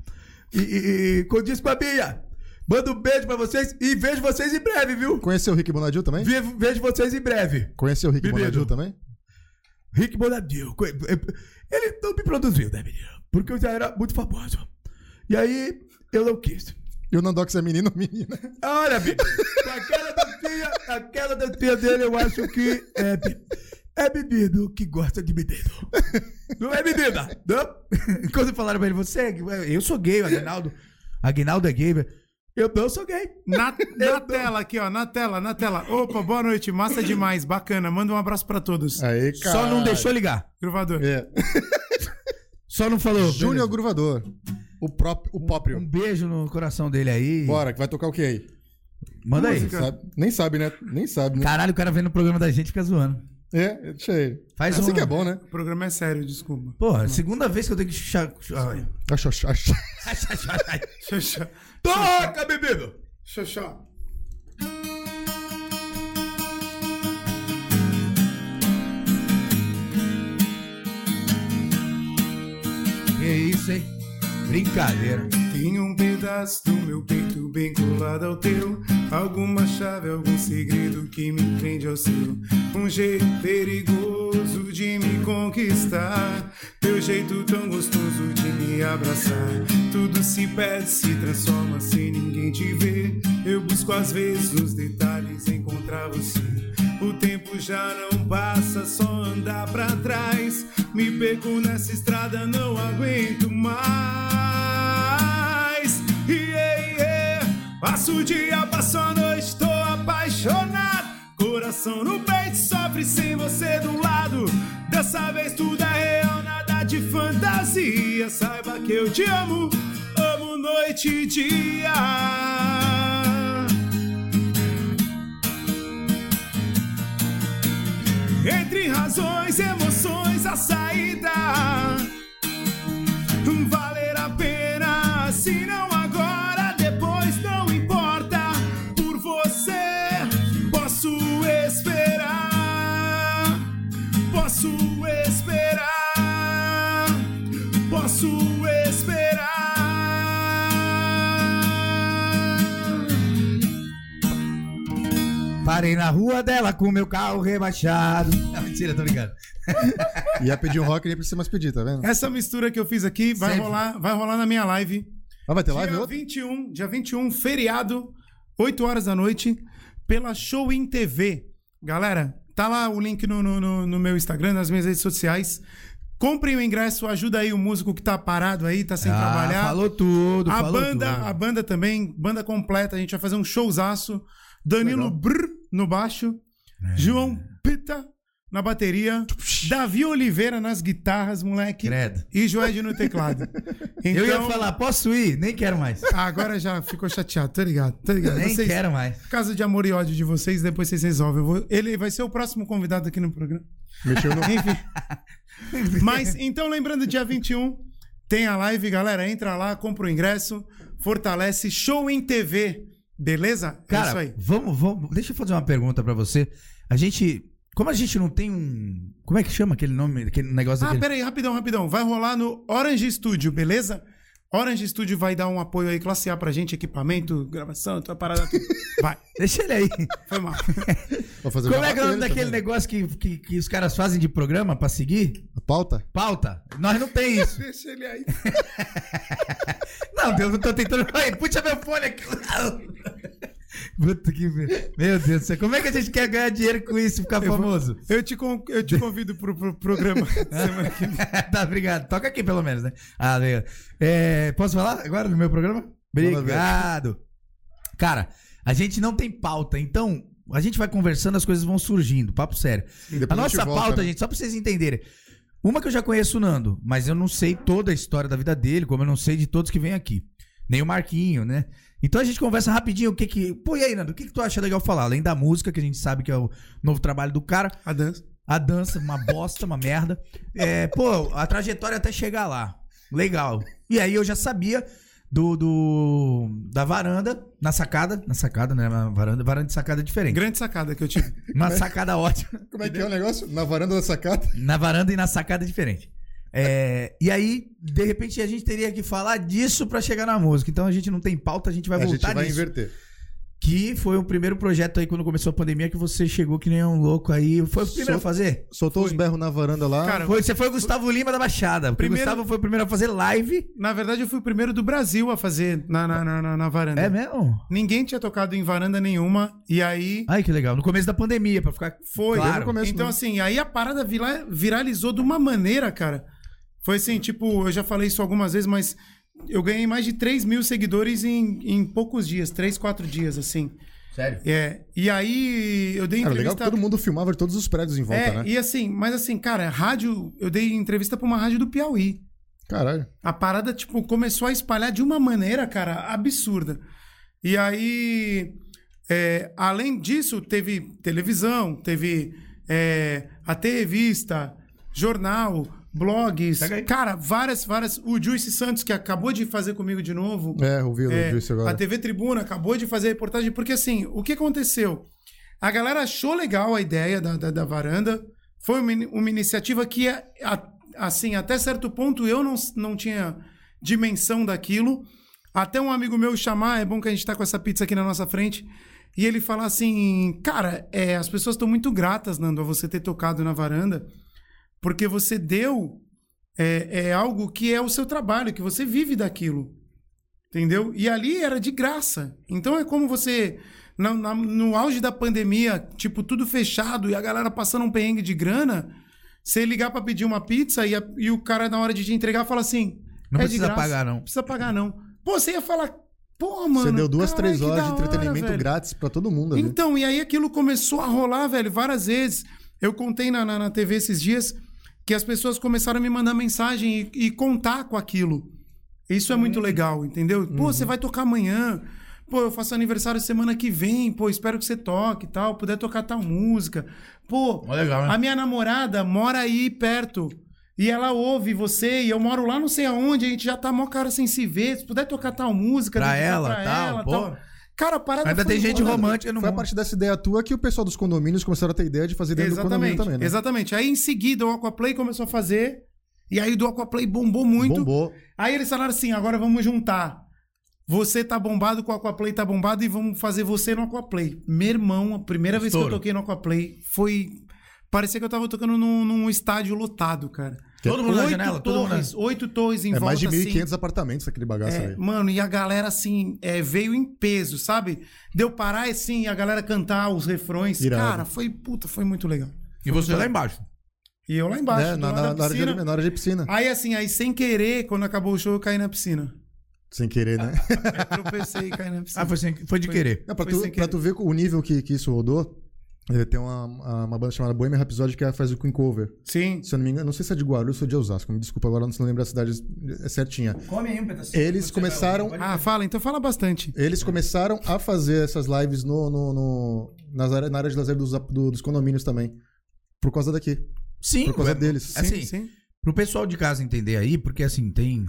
Speaker 1: E, e, e condiz com a minha. Mando um beijo pra vocês e vejo vocês em breve, viu?
Speaker 3: Conheceu o Rick Bonadil também?
Speaker 1: Vejo, vejo vocês em breve.
Speaker 3: Conheceu o Rick
Speaker 1: Bebido.
Speaker 3: Bonadil também?
Speaker 1: Rick Bonadil. co- é, Ele não me produziu, né, menino? Porque eu já era muito famoso. E aí, eu não quis.
Speaker 3: E o Nandox é menino ou menina?
Speaker 1: Olha, bicho, com aquela dancinha, aquela dancinha dele, eu acho que é, bi- é menino que gosta de menino. Não é menina, não? Quando falaram pra ele, você é, gay?" eu sou gay, o Aguinaldo. Aguinaldo é gay, velho. Eu não sou gay.
Speaker 2: Na, na tela aqui, ó. Na tela, na tela. Opa, boa noite. Massa demais. Bacana. Manda um abraço pra todos.
Speaker 3: Aí, cara.
Speaker 1: Só não deixou ligar.
Speaker 2: Gruvador.
Speaker 3: É.
Speaker 1: Só não falou.
Speaker 3: Júnior Gruvador. O, prop... o próprio.
Speaker 1: Um beijo no coração dele aí.
Speaker 3: Bora, que vai tocar o que aí?
Speaker 1: Manda aí.
Speaker 2: Música.
Speaker 3: Sabe? Nem sabe, né? Nem sabe, né?
Speaker 1: Caralho, o cara vendo o programa da gente fica zoando.
Speaker 3: É, deixa ele.
Speaker 1: Faz
Speaker 3: assim
Speaker 1: um-
Speaker 3: que é bom, né?
Speaker 2: O programa é sério, desculpa.
Speaker 1: Porra, segunda vez que eu tenho que. chá-
Speaker 3: Acho, acho, acho.
Speaker 2: Xoxó.
Speaker 1: Toca, bebido!
Speaker 2: Xoxó.
Speaker 1: Que isso, hein? Brincadeira.
Speaker 2: Tem um pedaço do meu peito bem colado ao teu. Alguma chave, algum segredo que me prende ao seu. Um jeito perigoso de me conquistar. Teu jeito tão gostoso de me abraçar. Tudo se perde, se transforma sem ninguém te ver. Eu busco às vezes nos detalhes encontrar você. O tempo já não passa, só andar pra trás. Me perco nessa estrada, não aguento mais. Yeah, yeah. Passo o dia, passo a noite, tô apaixonado. Coração no peito, sofre sem você do lado. Dessa vez tudo é real, nada de fantasia. Saiba que eu te amo, amo noite e dia. Entre razões, emoções, a saída valer a pena, se não agora, depois.
Speaker 5: esperar, posso esperar.
Speaker 4: Parei na rua dela com meu carro rebaixado.
Speaker 1: Não, Ah, mentira, tô brincando.
Speaker 3: Ia pedir um rock e nem precisa mais pedir, tá vendo?
Speaker 2: Essa mistura que eu fiz aqui vai
Speaker 1: Sempre.
Speaker 2: rolar, vai rolar na minha live.
Speaker 3: Ah, vai ter live
Speaker 2: Dia
Speaker 3: outra?
Speaker 2: 21, dia 21, feriado, 8 horas da noite, pela Show em TV. Galera, tá lá o link no, no- no- no meu Instagram, nas minhas redes sociais. Comprem o ingresso, ajuda aí o músico que tá parado aí, tá sem
Speaker 1: Ah,
Speaker 2: trabalhar.
Speaker 1: Falou tudo,
Speaker 2: A
Speaker 1: falou
Speaker 2: banda,
Speaker 1: tudo.
Speaker 2: a banda também, banda completa, a gente vai fazer um showzaço. Danilo
Speaker 3: Legal.
Speaker 2: Brr no baixo,
Speaker 1: É.
Speaker 2: João Pita na bateria, Davi Oliveira nas guitarras, moleque,
Speaker 1: Credo.
Speaker 2: e Joed no teclado. Então,
Speaker 1: Eu ia falar, posso ir? Nem quero mais.
Speaker 2: Ah, Agora já ficou chateado, tá ligado? Tá ligado?
Speaker 1: Nem
Speaker 2: Vocês, é
Speaker 1: quero mais.
Speaker 2: Caso de amor e ódio de vocês, depois vocês resolvem. Eu vou- ele vai ser o próximo convidado aqui no programa.
Speaker 3: Mexeu no.
Speaker 2: Enfim. Mas, então, lembrando, dia 21 tem a live, galera. Entra lá, compra o ingresso, fortalece show em TV, beleza? é isso
Speaker 1: Cara,
Speaker 2: aí.
Speaker 1: vamos, vamos. Deixa eu fazer uma pergunta pra você. A gente. Como a gente não tem um. Como é que chama aquele nome, aquele negócio
Speaker 2: Ah,
Speaker 1: daquele.
Speaker 2: peraí, rapidão, rapidão. Vai rolar no Orange Studio, beleza? Orange Studio vai dar um apoio aí, classe A pra gente, equipamento, gravação, tua parada. tudo. Vai,
Speaker 1: Deixa ele aí.
Speaker 2: foi mal.
Speaker 3: Vou fazer
Speaker 1: Como
Speaker 3: já
Speaker 1: é que é o nome
Speaker 3: roteiro
Speaker 1: daquele
Speaker 3: também.
Speaker 1: negócio que, que, que os caras fazem de programa pra seguir?
Speaker 3: A pauta?
Speaker 1: Pauta? Nós não tem isso.
Speaker 2: Deixa ele aí.
Speaker 1: Não, Deus, eu tô tentando. Ai, puxa meu fone aqui. Puta que. Meu Deus do céu. Como é que a gente quer ganhar dinheiro com isso e ficar
Speaker 2: Eu vou-
Speaker 1: famoso?
Speaker 2: Eu te, con- eu te convido pro, pro programa semana que vem.
Speaker 1: tá, obrigado. Toca aqui, pelo menos, né? Ah, legal. É, posso falar agora no meu programa? Obrigado. Cara, a gente não tem pauta, então a gente vai conversando, as coisas vão surgindo. Papo sério.
Speaker 3: E depois
Speaker 1: A
Speaker 3: gente
Speaker 1: nossa
Speaker 3: volta,
Speaker 1: pauta,
Speaker 3: né?
Speaker 1: gente, só pra vocês entenderem. Uma que eu já conheço o Nando, mas eu não sei toda a história da vida dele, como eu não sei de todos que vêm aqui. Nem o Marquinho, né? Então a gente conversa rapidinho o que que. Pô, e aí, Nando, o que que tu acha legal falar? Além da música, que a gente sabe que é o novo trabalho do cara.
Speaker 2: A dança.
Speaker 1: A dança, uma bosta, uma merda. É, pô, a trajetória até chegar lá. Legal. E aí eu já sabia do, do da varanda, na sacada, na sacada, né? Na varanda, varanda de sacada é diferente.
Speaker 2: Grande sacada que eu tive.
Speaker 1: Uma
Speaker 3: né?
Speaker 1: sacada ótima.
Speaker 3: Como é que é o negócio? Na varanda da sacada?
Speaker 1: Na varanda e na sacada é diferente. É, e aí, de repente, a gente teria que falar disso pra chegar na música. Então a gente não tem pauta, a gente vai
Speaker 3: a gente
Speaker 1: voltar
Speaker 3: vai
Speaker 1: nisso.
Speaker 3: inverter.
Speaker 1: Que foi o primeiro projeto aí quando começou a pandemia que você chegou que nem um louco aí. Foi o primeiro a
Speaker 3: Sou-
Speaker 1: fazer?
Speaker 3: Soltou os berros na varanda lá.
Speaker 2: Cara,
Speaker 1: Ah, Foi, você foi o Gustavo Lima da Baixada. Porque o
Speaker 2: Primeiro-
Speaker 1: Gustavo foi o primeiro a fazer live.
Speaker 2: na verdade, eu fui o primeiro do Brasil a fazer na, na, na, na- na varanda.
Speaker 1: É mesmo?
Speaker 2: Ninguém tinha tocado em varanda nenhuma. E aí.
Speaker 1: Ai, que legal. No começo da pandemia, pra ficar.
Speaker 2: Foi.
Speaker 1: Claro. Eu não
Speaker 3: começo,
Speaker 2: então,
Speaker 3: não.
Speaker 2: assim, aí a parada vira- viralizou de uma maneira, cara. Foi assim, tipo, eu já falei isso algumas vezes, mas eu ganhei mais de 3 mil seguidores em, em poucos dias, 3, 4 dias, assim.
Speaker 1: Sério?
Speaker 2: É, e aí eu dei
Speaker 3: Cara,
Speaker 2: entrevista...
Speaker 3: legal que todo mundo filmava de todos os prédios em volta,
Speaker 2: é,
Speaker 3: né?
Speaker 2: e assim, mas assim, cara, rádio... Eu dei entrevista pra uma rádio do Piauí.
Speaker 3: Caralho.
Speaker 2: A parada, tipo, começou a espalhar de uma maneira, cara, absurda. E aí, é, além disso, teve televisão, teve é, até revista, jornal, blogs.
Speaker 1: Pega aí.
Speaker 2: Cara, várias, várias. O Juice Santos, que acabou de fazer comigo de novo.
Speaker 3: É, ouvi,
Speaker 2: É,
Speaker 3: ouvi isso agora.
Speaker 2: A TV Tribuna acabou de fazer a reportagem, porque assim, o que aconteceu? A galera achou legal a ideia da, da, da varanda. Foi uma, ini- uma iniciativa que, a- a- assim, até certo ponto eu não, s- não tinha dimensão daquilo. Até um amigo meu chamar, é bom que a gente tá com essa pizza aqui na nossa frente. E ele falar assim, cara, é, as pessoas estão muito gratas, Nando, a você ter tocado na varanda, porque você deu é, é algo que é o seu trabalho, que você vive daquilo. Entendeu? E ali era de graça. Então é como você. na- na- no auge da pandemia, tipo, tudo fechado e a galera passando um perrengue de grana. Você ligar pra pedir uma pizza e, a- e o cara, na hora de te entregar, fala assim:
Speaker 1: Não
Speaker 2: "É de
Speaker 1: precisa
Speaker 2: graça,
Speaker 1: pagar, não."
Speaker 2: Não precisa pagar, não. Pô, você ia falar: Pô, mano.
Speaker 3: Você deu duas,
Speaker 2: caralho,
Speaker 3: três
Speaker 2: que
Speaker 3: horas
Speaker 2: da
Speaker 3: de
Speaker 2: hora,
Speaker 3: entretenimento
Speaker 2: velho."
Speaker 3: grátis pra todo
Speaker 1: Uhum.
Speaker 3: mundo ali.
Speaker 2: Então, e aí aquilo começou a rolar, velho, várias vezes. Eu contei na, na, na TV esses dias que as pessoas começaram a me mandar mensagem e, e contar com aquilo. Isso é muito
Speaker 1: Uhum.
Speaker 2: legal, entendeu? Pô, você vai tocar amanhã. Pô, eu faço aniversário semana que vem. Pô, espero que você toque e tal. Puder tocar tal música. Pô,
Speaker 1: legal, né?
Speaker 2: a minha namorada mora aí perto. E ela ouve você, e eu moro lá não sei aonde, a gente já tá mó cara sem se ver. Se puder tocar tal música,
Speaker 1: Pra
Speaker 2: dedicar
Speaker 1: ela, tal, pô.
Speaker 2: Cara, a parada
Speaker 1: Ainda
Speaker 2: foi
Speaker 1: tem gente
Speaker 2: rolando.
Speaker 1: romântica no
Speaker 3: Foi a
Speaker 1: mundo.
Speaker 3: partir dessa ideia tua que o pessoal dos condomínios começaram a ter ideia de fazer dentro do
Speaker 2: Exatamente,
Speaker 3: condomínio também, né?
Speaker 2: exatamente. Aí em seguida o Aquaplay começou a fazer, e aí do Aquaplay bombou muito.
Speaker 3: Bombou.
Speaker 2: Aí eles falaram assim: agora vamos juntar. Você tá bombado com o Aquaplay, tá bombado, e vamos fazer você no Aquaplay. Meu irmão, a primeira vez que eu
Speaker 1: Estouro.
Speaker 2: toquei no Aquaplay foi. Parecia que eu tava tocando num, num estádio lotado, cara.
Speaker 1: Todo mundo na janela, todo mundo na-
Speaker 2: torres, oito torres em
Speaker 3: É
Speaker 2: volta.
Speaker 3: mais de 1.500
Speaker 2: assim.
Speaker 3: apartamentos aquele bagaço
Speaker 2: É,
Speaker 3: aí.
Speaker 2: mano, e a galera assim, é, veio em peso, sabe? Deu parar assim, e a galera cantar os refrões.
Speaker 3: Irado.
Speaker 2: Cara, foi puta, foi muito legal.
Speaker 1: E você lá embaixo.
Speaker 2: E eu lá embaixo,
Speaker 3: É,
Speaker 2: do
Speaker 3: na,
Speaker 2: lado
Speaker 3: na,
Speaker 2: da
Speaker 3: na área de,
Speaker 2: piscina.
Speaker 3: na área de piscina.
Speaker 2: Aí assim, aí sem querer, quando acabou o show, eu caí na piscina.
Speaker 3: Sem querer, né?
Speaker 2: Aí tropecei e caí na piscina.
Speaker 1: Ah, foi, sem- foi de
Speaker 2: Foi.
Speaker 1: querer.
Speaker 3: Não, É, pra,
Speaker 2: Foi
Speaker 3: tu,
Speaker 2: sem
Speaker 3: pra
Speaker 2: querer.
Speaker 3: tu ver o nível que, que isso rodou, eh, tem uma, uma- uma banda chamada Bohemian Rhapsody que faz o Queen Cover.
Speaker 2: Sim.
Speaker 3: Se eu não me engano, não sei se é de Guarulhos ou de Osasco, me desculpa, agora eu não lembro a cidade eh, certinha.
Speaker 1: Come aí um pedacinho.
Speaker 3: Eles começaram
Speaker 2: Ah, fala, então fala bastante.
Speaker 3: Eles começaram a fazer essas lives no, no, no- nas área- na área de lazer dos, do- dos condomínios também. Por causa daqui.
Speaker 1: Sim,
Speaker 3: por causa
Speaker 1: é-
Speaker 3: deles.
Speaker 1: é Assim,
Speaker 2: sim.
Speaker 1: Pro pessoal de casa entender aí, porque assim, tem,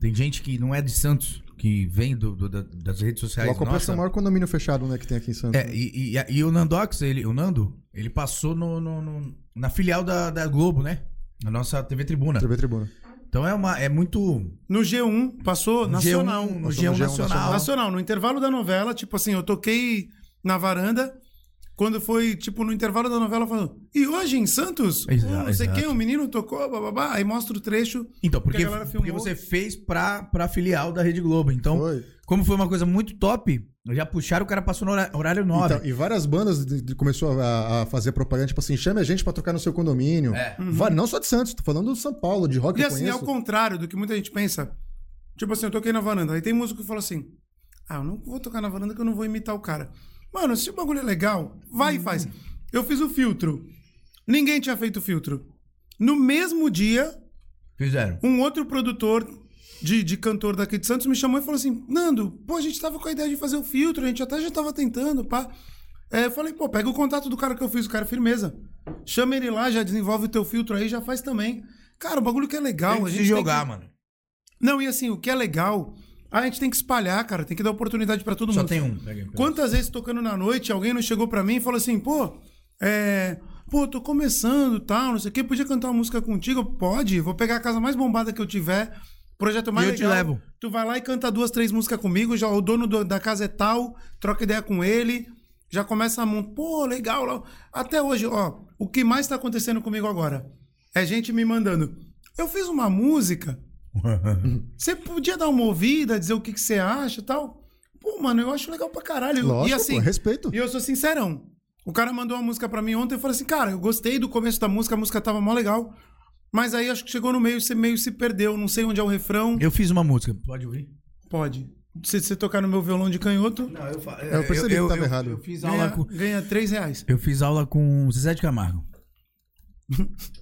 Speaker 1: tem gente que não é de Santos, que vem do, do- da- das redes
Speaker 3: O
Speaker 1: sociais.
Speaker 3: Acoplace é o
Speaker 1: nossa.
Speaker 3: maior condomínio fechado né, que tem aqui em Santos.
Speaker 1: É, e, e- e o Nandox, ele, o Nando, ele passou no, no- no- na filial da, da Globo, né? Na nossa TV Tribuna.
Speaker 3: TV Tribuna.
Speaker 1: Então é uma. É muito.
Speaker 2: No G1, passou
Speaker 1: No G1,
Speaker 2: nacional.
Speaker 1: no
Speaker 3: Passou
Speaker 1: G1
Speaker 3: no G1
Speaker 1: nacional.
Speaker 2: Nacional, no intervalo da novela, tipo assim, eu toquei na varanda. Quando foi, tipo, no intervalo da novela, falando, e hoje em Santos?
Speaker 1: Exa-
Speaker 2: um, não sei
Speaker 1: exato.
Speaker 2: quem, um menino tocou, bababá. Aí mostra o trecho.
Speaker 1: Então, porque,
Speaker 2: a galera
Speaker 1: porque
Speaker 2: filmou.
Speaker 1: você fez pra, pra filial da Rede Globo. Então,
Speaker 3: Foi.
Speaker 1: como foi uma coisa muito top, já puxaram, o cara passou no hora- horário nobre.
Speaker 3: Então, e várias bandas de- de- começou a, a fazer propaganda, tipo assim, chame a gente pra tocar no seu condomínio.
Speaker 1: É.
Speaker 3: Va- Não só de Santos, tô falando do São Paulo, de rock
Speaker 2: E
Speaker 3: que eu
Speaker 2: assim, é o
Speaker 3: conheço.
Speaker 2: contrário do que muita gente pensa. Tipo assim, eu toquei na varanda. Aí tem músico que fala assim: Ah, eu não vou tocar na varanda que eu não vou imitar o cara. Mano, se o bagulho é legal, vai e faz. Eu fiz o filtro. Ninguém tinha feito o filtro. No mesmo dia,
Speaker 1: Fizeram.
Speaker 2: um outro produtor de, de cantor daqui de Santos me chamou e falou assim: Nando, pô, a gente tava com a ideia de fazer o filtro, a gente até já tava tentando, pá. É, eu falei, pô, pega o contato do cara que eu fiz, o cara é firmeza. Chama ele lá, já desenvolve o teu filtro aí, já faz também. Cara, o bagulho que é legal.
Speaker 1: Tem
Speaker 2: a
Speaker 1: que
Speaker 2: gente
Speaker 1: se
Speaker 2: tem
Speaker 1: jogar,
Speaker 2: que-
Speaker 1: mano.
Speaker 2: Não, e assim, o que é legal, a gente tem que espalhar, cara, tem que dar oportunidade pra todo
Speaker 1: Só
Speaker 2: mundo.
Speaker 1: tem um. Pega aí, pega aí.
Speaker 2: Quantas vezes tocando na noite, alguém não chegou pra mim e falou assim, pô, é. Pô, tô começando tal, não sei o quê, podia cantar uma música contigo? Pode, vou pegar a casa mais bombada que eu tiver, projeto mais
Speaker 1: E eu te
Speaker 2: legal.
Speaker 1: levo.
Speaker 2: Tu vai lá e canta duas, três músicas comigo, já o dono do- da casa é tal, troca ideia com ele, já começa a montar. Pô, legal. lá. Até hoje, ó, o que mais tá acontecendo comigo agora? É gente me mandando. Eu fiz uma música, você podia dar uma ouvida, dizer o que, que você acha e tal. Pô, mano, eu acho legal pra caralho.
Speaker 3: Lógico,
Speaker 2: e assim,
Speaker 3: pô, respeito.
Speaker 2: e eu sou sincerão. O cara mandou uma música pra mim ontem e falou assim, cara, eu gostei do começo da música, a música tava mó legal. Mas aí acho que chegou no meio, você meio se perdeu, não sei onde é o refrão.
Speaker 1: Eu fiz uma música, pode ouvir?
Speaker 2: Pode. Se você tocar no meu violão de canhoto,
Speaker 1: Não, eu falo.
Speaker 3: eu percebi que tava errado.
Speaker 1: Eu fiz aula
Speaker 2: ganha,
Speaker 1: com.
Speaker 2: ganha três reais.
Speaker 1: É. Eu fiz aula com o Zezé de Camargo.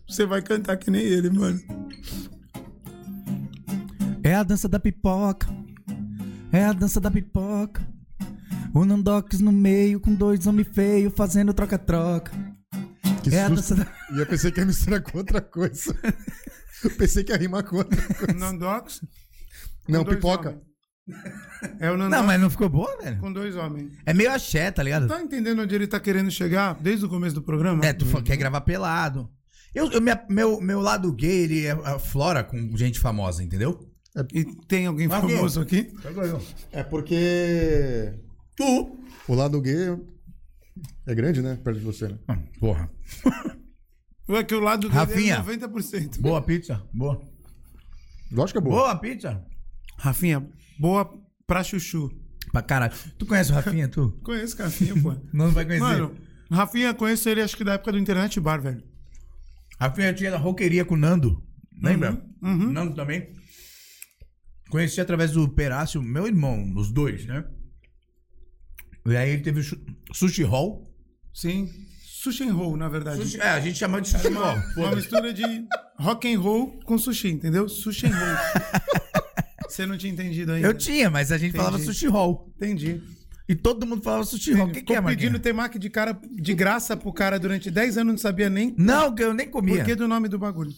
Speaker 2: Você vai cantar que nem ele, mano.
Speaker 1: É a dança da pipoca. É a dança da pipoca. O Nandox no meio com dois homens feios fazendo troca-troca.
Speaker 3: Que
Speaker 1: É a
Speaker 3: susto.
Speaker 1: dança da...
Speaker 3: E eu pensei que ia misturar com outra coisa. Eu pensei que ia rimar com outra coisa.
Speaker 2: Nandox. com
Speaker 3: Não,
Speaker 2: dois
Speaker 3: pipoca.
Speaker 2: homens. É o Nandox
Speaker 1: Não, mas não ficou boa, velho.
Speaker 2: com dois homens.
Speaker 1: É meio axé, tá ligado?
Speaker 2: Tá entendendo onde ele tá querendo chegar desde o começo do programa?
Speaker 1: É, tu fa- quer gravar pelado. Eu, eu- minha- meu, meu lado gay, ele é aflora com gente famosa, entendeu?
Speaker 2: E tem alguém
Speaker 1: Mas alguém?
Speaker 2: famoso aqui?
Speaker 1: Tá
Speaker 3: É porque.
Speaker 1: Tu.
Speaker 3: O lado gay é grande, né? Perto de você, né?
Speaker 1: Ah, Porra.
Speaker 2: Ué, que o lado dele
Speaker 1: Rafinha.
Speaker 2: é 90%.
Speaker 1: Boa pizza. Boa.
Speaker 3: Lógico que é boa.
Speaker 1: Boa pizza.
Speaker 2: Rafinha, boa pra chuchu.
Speaker 1: Pra caralho. Tu conhece o Rafinha, tu?
Speaker 2: Conheço o Rafinha, pô.
Speaker 1: Não vai conhecer.
Speaker 2: Mano, Rafinha, conheço ele acho que da época do Internet Bar, velho.
Speaker 1: Rafinha tinha da roqueria com o Nando. Lembra?
Speaker 2: Uhum,
Speaker 1: Nando também. Conheci através do Perácio, meu irmão, os dois, né? E aí ele teve o chu- sushi hall.
Speaker 2: Sim. Sushi and roll, na verdade.
Speaker 1: Sushi- é, a gente chamava de sushi hall.
Speaker 2: Uma
Speaker 1: foda-se.
Speaker 2: mistura de rock and roll com sushi, entendeu? Sushi and roll. Você não tinha entendido ainda.
Speaker 1: Eu tinha, mas a gente falava sushi hall.
Speaker 2: Entendi.
Speaker 1: E todo mundo falava sushi hall. O que, que
Speaker 2: Ficou
Speaker 1: é,
Speaker 2: pedindo
Speaker 1: Marquinhos?
Speaker 2: temaki de cara de graça pro cara durante 10 anos, não sabia nem
Speaker 1: Não, que eu nem comia.
Speaker 2: porquê do nome do bagulho.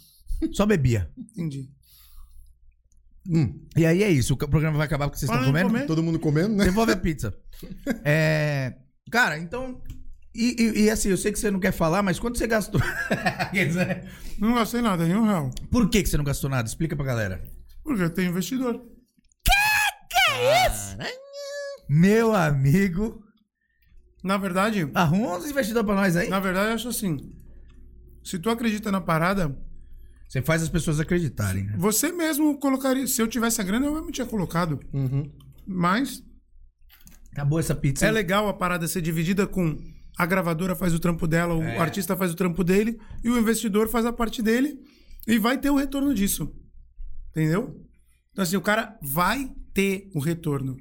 Speaker 1: Só bebia.
Speaker 2: Entendi.
Speaker 3: Hum,
Speaker 1: E aí é isso. O programa vai acabar porque vocês estão
Speaker 2: Falando em
Speaker 1: comendo.
Speaker 2: comer-
Speaker 3: todo mundo comendo, né?
Speaker 1: Devolve a pizza. É, cara, então. E, e- e assim, eu sei que você não quer falar, mas quanto você gastou? Quer dizer,
Speaker 2: Não gastei nada, nenhum real.
Speaker 1: Por que, que você não gastou nada? Explica pra galera.
Speaker 2: Porque eu tenho investidor.
Speaker 1: Meu amigo.
Speaker 2: Na verdade,
Speaker 1: Arruma uns investidores pra nós aí.
Speaker 2: na verdade, eu acho assim. Se tu acredita na parada,
Speaker 1: Você faz as pessoas acreditarem. né?
Speaker 2: você mesmo colocaria. Se eu tivesse a grana, eu mesmo tinha colocado. Mas
Speaker 1: Acabou essa pizza.
Speaker 2: É legal a parada ser dividida com a gravadora faz o trampo dela, o artista faz o trampo dele e o investidor faz a parte dele e vai ter o retorno disso. Entendeu? Então, assim, o cara vai ter o retorno.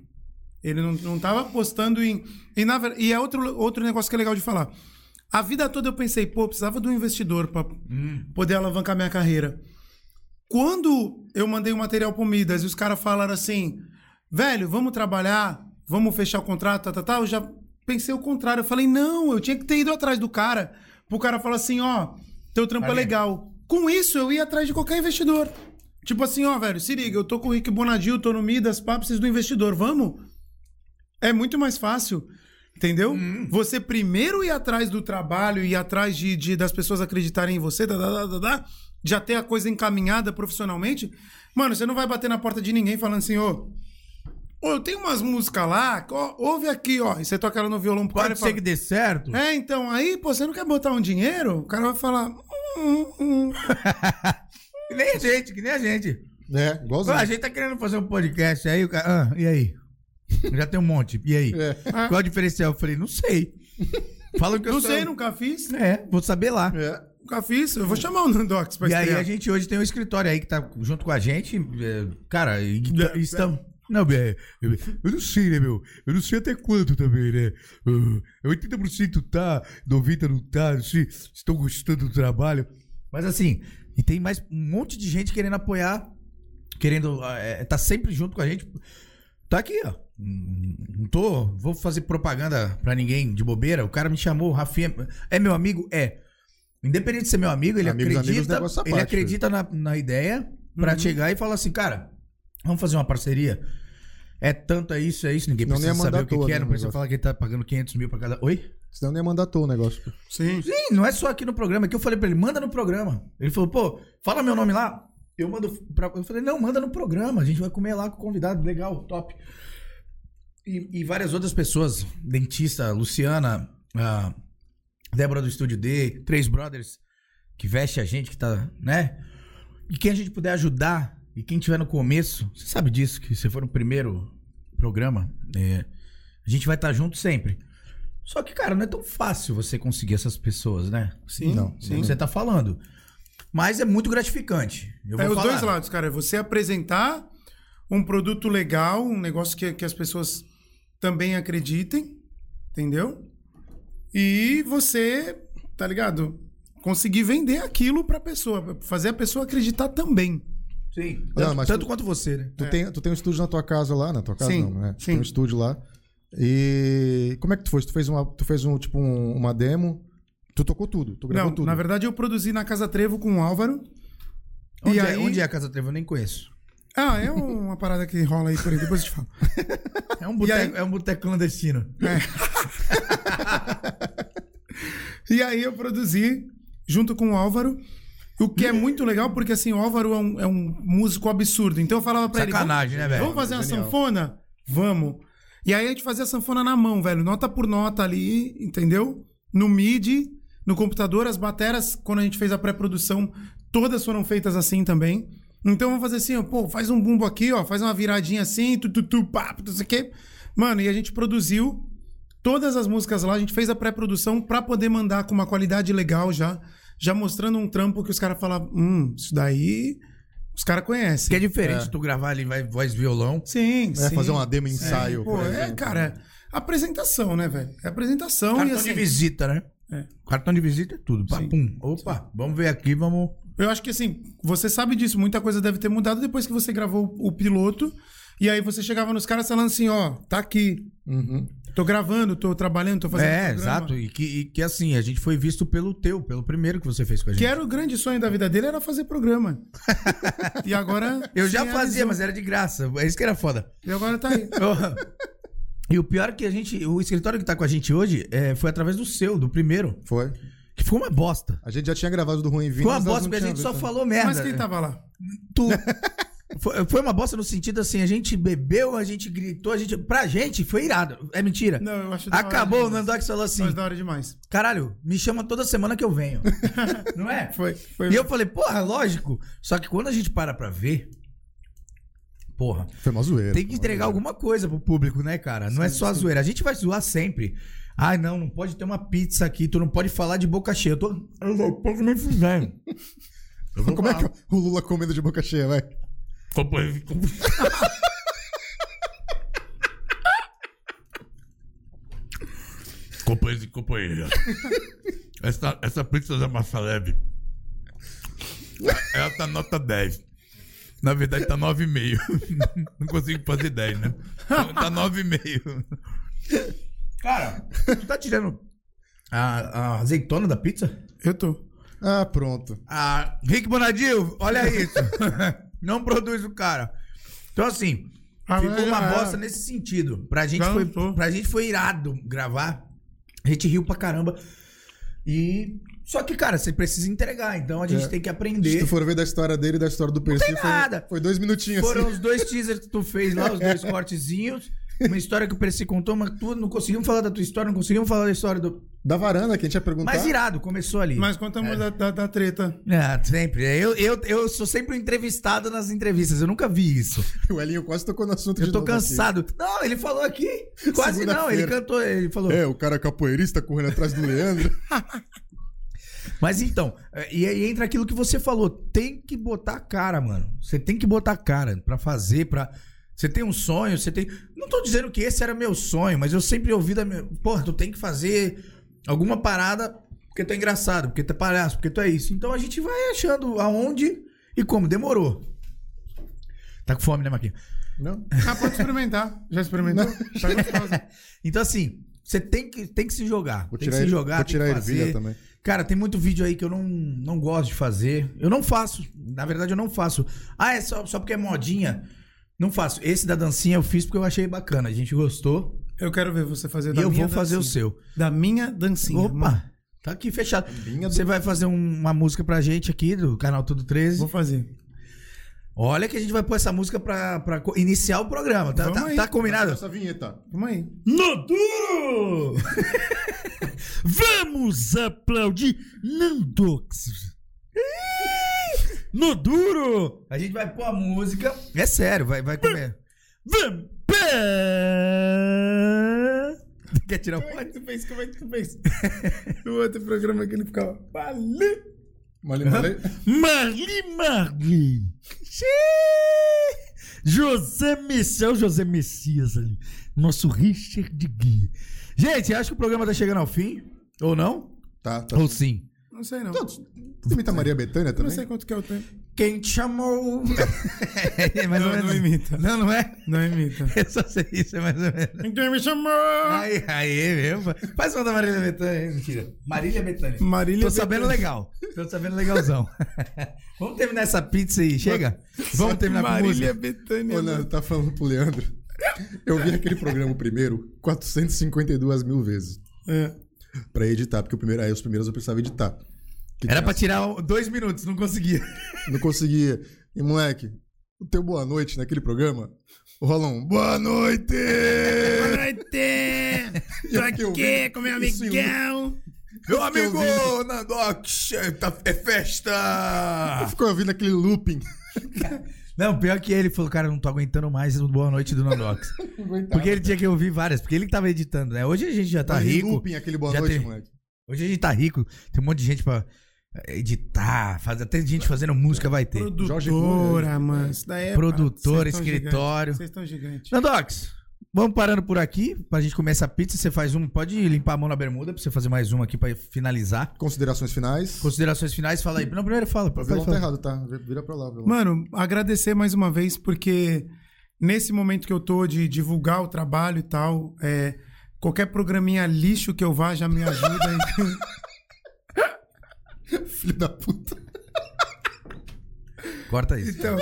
Speaker 2: Ele não, não tava apostando em. E, na ver- e é outro, outro negócio que é legal de falar. A vida toda eu pensei, pô, eu precisava de um investidor para poder alavancar minha carreira. Quando eu mandei o material pro Midas e os caras falaram assim, velho, vamos trabalhar, vamos fechar o contrato, tá, tá, tá, eu já pensei o contrário. Eu falei, não, eu tinha que ter ido atrás do cara. Pro cara falar assim, ó, teu trampo é legal. Com isso, eu ia atrás de qualquer investidor. Tipo assim, ó, velho, se liga, eu tô com o Rick Bonadil, tô no Midas, pá, preciso do investidor, vamos? É muito mais fácil. Entendeu?
Speaker 1: Hum.
Speaker 2: Você primeiro ir atrás do trabalho, ir atrás de, de- das pessoas acreditarem em você, tá, tá, tá, tá, tá, já ter a coisa encaminhada profissionalmente. Mano, você não vai bater na porta de ninguém falando assim, ô. Ô, eu tenho umas músicas lá, ó, ouve aqui, ó. E você toca ela no violão pro cara e
Speaker 1: Pode ser
Speaker 2: fala,
Speaker 1: que dê certo.
Speaker 2: É, então, aí, pô, você não quer botar um dinheiro? O cara vai falar. Hum, hum, hum.
Speaker 1: Que nem a gente, que nem a gente.
Speaker 3: É,
Speaker 1: Pô,
Speaker 2: Ah,
Speaker 3: igualzinho.
Speaker 1: a gente tá querendo fazer um podcast aí. o cara- Ah, e aí? Já tem um monte. E aí?
Speaker 3: É.
Speaker 1: Qual é o diferencial? Eu falei, não sei. Fala o que eu
Speaker 2: Não sei,
Speaker 1: sou-
Speaker 2: nunca fiz. né?
Speaker 1: É, vou saber lá.
Speaker 3: É.
Speaker 2: Nunca fiz. Eu vou chamar o Nandox pra
Speaker 1: E aí
Speaker 2: estrear.
Speaker 1: a gente hoje tem um escritório aí que tá junto com a gente, é, cara, e, e estamos... Não, é, eu eu não sei, né, meu? Eu não sei até quanto também, né? Ah, 80% tá, 90% não tá, não sei se estão gostando do trabalho. Mas assim, e tem mais um monte de gente querendo apoiar, querendo ah, é, tá sempre junto com a gente. Tá aqui, ó. Hum, Não tô, vou fazer propaganda pra ninguém de bobeira. O cara me chamou, o Rafinha. É meu amigo? É. Independente de ser meu amigo, ele
Speaker 3: Amigos, amigos,
Speaker 1: acredita,
Speaker 3: negócio à
Speaker 1: ele
Speaker 3: parte.
Speaker 1: acredita na, na ideia pra chegar e falar assim, cara, vamos fazer uma parceria. É tanto, é isso, é isso. Ninguém
Speaker 3: Não,
Speaker 1: precisa
Speaker 3: nem ia
Speaker 1: saber
Speaker 3: mandar
Speaker 1: o que,
Speaker 3: à toa,
Speaker 1: que é,
Speaker 3: né,
Speaker 1: não
Speaker 3: o
Speaker 1: precisa
Speaker 3: negócio.
Speaker 1: falar que ele tá pagando 500 mil pra cada. Oi?
Speaker 3: Senão nem ia mandar à toa o negócio.
Speaker 2: Sim.
Speaker 1: Sim, não é só aqui no programa, é que eu falei pra ele, manda no programa. Ele falou, pô, fala meu nome lá. Eu mando pra... Eu falei, não, manda no programa, a gente vai comer lá com o convidado, legal, top. E, e várias outras pessoas, dentista, Luciana, a Débora do Estúdio D, Três Brothers, que veste a gente, que tá, né? E quem a gente puder ajudar, e quem tiver no começo, você sabe disso, que você for no primeiro programa, é, a gente vai estar junto sempre. Só que, cara, não é tão fácil você conseguir essas pessoas, né?
Speaker 2: Sim.
Speaker 3: Não.
Speaker 1: Sim. Você tá falando. Mas é muito gratificante. Eu
Speaker 2: É
Speaker 1: vou
Speaker 2: os
Speaker 1: falar.
Speaker 2: dois lados, cara. É Você apresentar um produto legal, um negócio que, que as pessoas também acreditem, entendeu? E você, tá ligado? Conseguir vender aquilo pra pessoa, fazer a pessoa acreditar também.
Speaker 1: Sim.
Speaker 3: Não,
Speaker 1: Tanto,
Speaker 3: mas
Speaker 1: tanto
Speaker 3: tu-
Speaker 1: quanto você, né?
Speaker 3: Tu, tem, tu tem um estúdio na tua casa lá? Na tua casa
Speaker 2: É. Sim,
Speaker 3: não, né?
Speaker 2: sim.
Speaker 3: Tem um estúdio lá. E como é que tu foi? Tu fez uma, tu fez um, tipo, um- uma demo. Tu tocou tudo, tu gravou
Speaker 2: Não,
Speaker 3: tudo.
Speaker 2: na verdade eu produzi na Casa Trevo com o Álvaro.
Speaker 1: Onde,
Speaker 2: e
Speaker 1: é,
Speaker 2: aí...
Speaker 1: onde é a Casa Trevo? Eu nem conheço.
Speaker 2: Ah, é uma parada que rola aí por aí, depois eu te falo.
Speaker 1: É um
Speaker 2: E
Speaker 1: boteco,
Speaker 2: aí-
Speaker 1: é um boteco clandestino.
Speaker 2: E aí eu produzi junto com o Álvaro. O que é muito legal, porque assim, o Álvaro é um, é um músico absurdo. Então eu falava pra
Speaker 1: Sacanagem,
Speaker 2: ele.
Speaker 1: né, velho?
Speaker 2: Vamos fazer uma
Speaker 3: É Genial.
Speaker 2: sanfona? Vamos. E aí a gente fazia a sanfona na mão, velho. Nota por nota ali, entendeu? No MIDI, no computador, as bateras, quando a gente fez a pré-produção, todas foram feitas assim também. Então vamos fazer assim, ó, pô, faz um bumbo aqui, ó, faz uma viradinha assim, tu, tu, tu, pá, não sei o quê. Mano, e a gente produziu todas as músicas lá, a gente fez a pré-produção pra poder mandar com uma qualidade legal já, já mostrando um trampo que os caras falavam, hum, isso daí os caras conhecem.
Speaker 1: Que é diferente tu gravar ali, vai voz violão.
Speaker 2: Sim,
Speaker 3: É,
Speaker 2: sim.
Speaker 3: fazer uma demo ensaio.
Speaker 2: Pô,
Speaker 3: por
Speaker 2: é,
Speaker 3: exemplo.
Speaker 2: cara, apresentação, né, velho? É apresentação
Speaker 1: Cartão
Speaker 2: e assim,
Speaker 1: de visita, né?
Speaker 2: É.
Speaker 1: Cartão de visita é tudo. Pá,
Speaker 2: Sim.
Speaker 1: pum. Opa, vamos ver aqui, vamos.
Speaker 2: eu acho que assim, você sabe disso, muita coisa deve ter mudado depois que você gravou o piloto, e aí você chegava nos caras falando assim, ó, tá aqui,
Speaker 3: Uhum.
Speaker 2: Tô gravando, tô trabalhando, tô fazendo
Speaker 1: É,
Speaker 2: um programa.
Speaker 1: exato. E que, e que assim, a gente foi visto pelo teu, pelo primeiro que você fez com a gente.
Speaker 2: Que era o grande sonho da vida dele, era fazer programa. e agora.
Speaker 1: Eu já
Speaker 2: se
Speaker 1: fazia,
Speaker 2: realizou.
Speaker 1: mas era de graça. É isso que era foda.
Speaker 2: E agora tá aí.
Speaker 1: E o pior é que a gente. O escritório que tá com a gente hoje é, foi através do seu, do primeiro.
Speaker 3: Foi.
Speaker 1: Que ficou uma bosta.
Speaker 3: A gente já tinha gravado do Ruim Vindo.
Speaker 1: Ficou uma bosta, porque a gente só falou merda.
Speaker 2: Mas quem tá- tava lá?
Speaker 1: Tu- Foi, foi uma bosta no sentido assim, a gente bebeu, a gente gritou, a gente. Pra gente, foi irado. É mentira.
Speaker 2: Não, eu acho da hora
Speaker 1: Acabou, o
Speaker 2: demais.
Speaker 1: Nandox falou assim:
Speaker 2: Mas da hora demais.
Speaker 1: caralho, me chama toda semana que eu venho. Não é?
Speaker 2: Foi. foi
Speaker 1: E eu falei, porra, lógico. Só que quando a gente para pra ver. Porra,
Speaker 3: Foi uma zoeira.
Speaker 1: tem que entregar alguma coisa pro público, né, cara? Não é só a zoeira. A gente vai zoar sempre. Ai, não, não pode ter uma pizza aqui, tu não pode falar de boca cheia. Eu tô. Eu vou pouco me fizeram.
Speaker 3: Como é que o Lula comendo de boca cheia, vai?
Speaker 6: Companheiros e companheiras. Essa, essa pizza da massa leve. Ela tá nota 10. Na verdade, tá 9,5. Não consigo fazer 10, né? Tá 9,5.
Speaker 1: Cara, tu tá tirando a, a azeitona da pizza?
Speaker 2: Eu tô.
Speaker 3: Ah, pronto.
Speaker 1: Ah, Rick Bonadil, olha isso. Não produz o cara. Então, assim,
Speaker 2: Ah,
Speaker 1: ficou
Speaker 2: mas
Speaker 1: uma
Speaker 2: já era.
Speaker 1: bosta nesse sentido. Pra gente,
Speaker 2: Já
Speaker 1: foi,
Speaker 2: lançou.
Speaker 1: pra gente foi irado gravar. A gente riu pra caramba. E. Só que, cara, você precisa entregar. Então a gente
Speaker 3: É.
Speaker 1: tem que
Speaker 3: Se
Speaker 1: aprender.
Speaker 3: tu for ver da história dele e da história do Percy, foi,
Speaker 1: nada.
Speaker 3: foi dois minutinhos
Speaker 1: Foram
Speaker 3: assim.
Speaker 1: os dois teasers que tu fez lá, os dois cortezinhos. Uma história que o Percy contou, mas tu não conseguimos falar da tua história, não conseguimos falar da história do.
Speaker 3: Da varanda, que a gente ia perguntar.
Speaker 1: Mas irado, começou ali.
Speaker 2: tá? Mas contamos da, da, da treta.
Speaker 1: É, sempre. Eu, eu, eu sou sempre o entrevistado nas entrevistas. Eu nunca vi isso.
Speaker 3: O Elinho quase tocou no assunto de
Speaker 1: Eu tô
Speaker 3: novo
Speaker 1: cansado. Não, ele falou aqui. Quase não. Ele
Speaker 3: Segunda-feira.
Speaker 1: cantou, ele falou.
Speaker 3: aqui. É, o cara capoeirista correndo atrás do Leandro.
Speaker 1: Mas então, é, e aí entra aquilo que você falou. Tem que botar a cara, mano. Você tem que botar a cara pra fazer, pra. Você tem um sonho, você tem. Não tô dizendo que esse era meu sonho, mas eu sempre ouvi da minha. Porra, tu tem que fazer alguma parada porque tu é engraçado, porque tu é palhaço, porque tu é isso. Então a gente vai achando aonde e como. Demorou. Tá com fome, né, Marquinhos?
Speaker 3: Não?
Speaker 2: Ah, pode experimentar. Já experimentou? Tá gostosa.
Speaker 1: Então, assim, você tem que, tem que se jogar.
Speaker 3: Vou
Speaker 1: tem que
Speaker 3: tirar
Speaker 1: se
Speaker 3: a-
Speaker 1: jogar,
Speaker 3: vou
Speaker 1: tem
Speaker 3: tirar
Speaker 1: que
Speaker 3: a ervilha
Speaker 1: fazer.
Speaker 3: também.
Speaker 1: Cara, tem muito vídeo aí que eu não, não gosto de fazer. Eu não faço. Na verdade, eu não faço. Ah, é só, só porque é modinha. Não faço. Esse da dancinha eu fiz porque eu achei bacana. A gente gostou.
Speaker 2: Eu quero ver você fazer
Speaker 1: E
Speaker 2: da
Speaker 1: eu vou
Speaker 2: minha
Speaker 1: fazer o
Speaker 2: dancinha.
Speaker 1: seu.
Speaker 2: Da minha dancinha. mano.
Speaker 1: Opa! Tá aqui fechado. Você vai fazer um- uma música pra gente aqui do canal Tudo
Speaker 2: Vou
Speaker 1: 13.
Speaker 2: fazer.
Speaker 1: Olha que a gente vai pôr essa música pra, pra co- iniciar o programa. Tá,
Speaker 2: Vamos
Speaker 1: tá,
Speaker 2: aí.
Speaker 1: tá combinado?
Speaker 3: Essa vinheta.
Speaker 2: Vamos aí.
Speaker 6: Noduro! Vamos aplaudir Nandox. Noduro!
Speaker 1: A gente vai pôr a música. É sério, vai, vai comer.
Speaker 6: Vampé!
Speaker 1: Quer tirar o fone?
Speaker 2: tu fez? Como é que tu fez? No outro programa que ele ficava. Valeu!
Speaker 3: Mali, mali.
Speaker 6: Marli Marli. José Messias, José Messias ali. Nosso Richard Gui.
Speaker 1: Gente, acho que o programa tá chegando ao fim. Ou não?
Speaker 3: Tá, tá.
Speaker 1: Ou sim.
Speaker 2: Não sei não.
Speaker 3: Você imita a Maria Bethânia
Speaker 2: Eu não
Speaker 3: também?
Speaker 2: sei quanto que é o tempo.
Speaker 1: Quem te chamou? é mais
Speaker 2: Não,
Speaker 1: ou menos.
Speaker 2: não imita.
Speaker 1: Não, não é?
Speaker 2: Não imita.
Speaker 1: Eu só sei isso, é mais ou menos.
Speaker 2: Ninguém me chamou!
Speaker 1: Aí, aí, mesmo. Faz uma da Marília Bethânia. aí, Mentira. Marília Bethânia.
Speaker 2: Marília
Speaker 1: Tô sabendo legal. Tô sabendo legalzão. Vamos terminar essa pizza aí, chega? Vamos terminar com música.
Speaker 2: Marília Bethânia.
Speaker 3: Ô, Nando, tá falando pro Leandro. Eu vi aquele programa o primeiro 452 mil vezes.
Speaker 2: É.
Speaker 3: Pra editar, porque o primeiro, aí os primeiros eu precisava editar. Que
Speaker 1: Era
Speaker 3: tinha-
Speaker 1: pra tirar um- dois minutos, não conseguia.
Speaker 3: Não conseguia. E, moleque, o teu boa noite naquele programa rola um boa noite!
Speaker 2: Boa noite!
Speaker 3: E eu fiquei ouvindo isso em loop.
Speaker 1: Meu
Speaker 3: amigo
Speaker 1: Nandox,
Speaker 6: tá,
Speaker 1: é festa!
Speaker 3: Eu Ficou ouvindo aquele looping.
Speaker 1: Não, pior que ele falou, cara, eu não tô aguentando mais o Boa Noite do Nandox. porque ele tinha que ouvir várias, porque ele que tava editando, né? Hoje a gente já tá
Speaker 3: Aquele
Speaker 1: rico.
Speaker 3: looping, aquele boa
Speaker 1: Já
Speaker 3: noite,
Speaker 1: tem-
Speaker 3: moleque.
Speaker 1: Hoje a gente tá rico, tem um monte de gente pra editar, fazer, até gente fazendo música vai ter.
Speaker 3: Jorge
Speaker 2: Produtora, mano. Isso daí é-
Speaker 1: Produtora,
Speaker 2: Vocês tão
Speaker 1: escritório.
Speaker 2: gigantes. Vocês estão gigantes.
Speaker 1: Nandox, vamos parando por aqui pra gente comer essa pizza. Você faz um, pode limpar a mão na bermuda pra você fazer mais uma aqui pra finalizar.
Speaker 3: Considerações finais.
Speaker 1: Considerações finais, fala aí. Não, primeiro fala,
Speaker 3: O
Speaker 1: pode
Speaker 3: violão tá
Speaker 1: falar.
Speaker 3: errado, tá? Vira pra lá, violão.
Speaker 2: Mano, agradecer mais uma vez, porque nesse momento que eu tô de divulgar o trabalho e tal, é, Qualquer programinha lixo que eu vá já me ajuda. aí.
Speaker 3: Filho da puta.
Speaker 1: Corta isso.
Speaker 2: Então-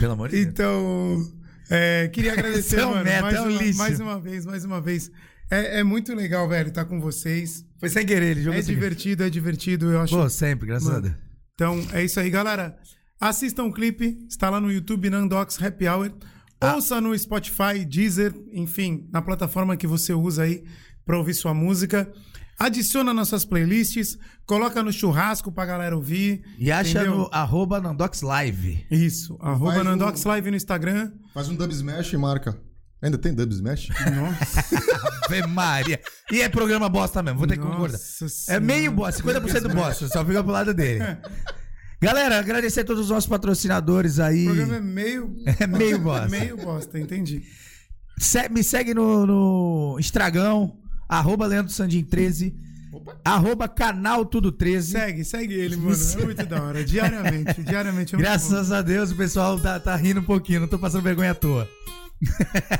Speaker 1: Pelo amor de Deus.
Speaker 2: Então, é, queria agradecer,
Speaker 1: é um
Speaker 2: mano,
Speaker 1: meta,
Speaker 2: mais,
Speaker 1: é um
Speaker 2: uma,
Speaker 1: lixo.
Speaker 2: mais uma vez, mais uma vez. É, é muito legal, velho, estar com vocês.
Speaker 1: Foi sem querer, ele jogou
Speaker 2: É
Speaker 1: sem querer.
Speaker 2: divertido, é divertido, eu acho.
Speaker 1: Pô, sempre, graças a Deus.
Speaker 2: Então, é isso aí, galera. Assistam o clipe, está lá no YouTube, Nandox Happy Hour.
Speaker 1: Tá.
Speaker 2: Ouça no Spotify, Deezer, enfim, na plataforma que você usa aí para ouvir sua música. Adiciona nas suas playlists, coloca no churrasco pra galera ouvir.
Speaker 1: E acha
Speaker 2: entendeu?
Speaker 1: no arroba Nandox Live.
Speaker 2: Isso, arroba
Speaker 3: Faz um-
Speaker 2: Nandox Live no Instagram.
Speaker 3: Faz um dub smash e marca. Ainda tem dub smash?
Speaker 1: Ave Maria. E é programa bosta mesmo, vou ter que
Speaker 2: Nossa
Speaker 1: concordar. É
Speaker 2: Senhora.
Speaker 1: meio bosta, 50% bosta, só fica pro lado dele. Galera, agradecer a todos os nossos patrocinadores aí.
Speaker 2: O programa é meio.
Speaker 1: É meio bosta.
Speaker 2: meio bosta, entendi.
Speaker 1: Se- me segue no, no Instagram, arroba Leandro Sandin 13, arroba canal Tudo 13.
Speaker 2: Segue, segue ele, mano. É muito da hora. Diariamente, diariamente. é muito bom.
Speaker 1: Graças a Deus o pessoal tá, tá rindo um pouquinho, não tô passando vergonha à toa.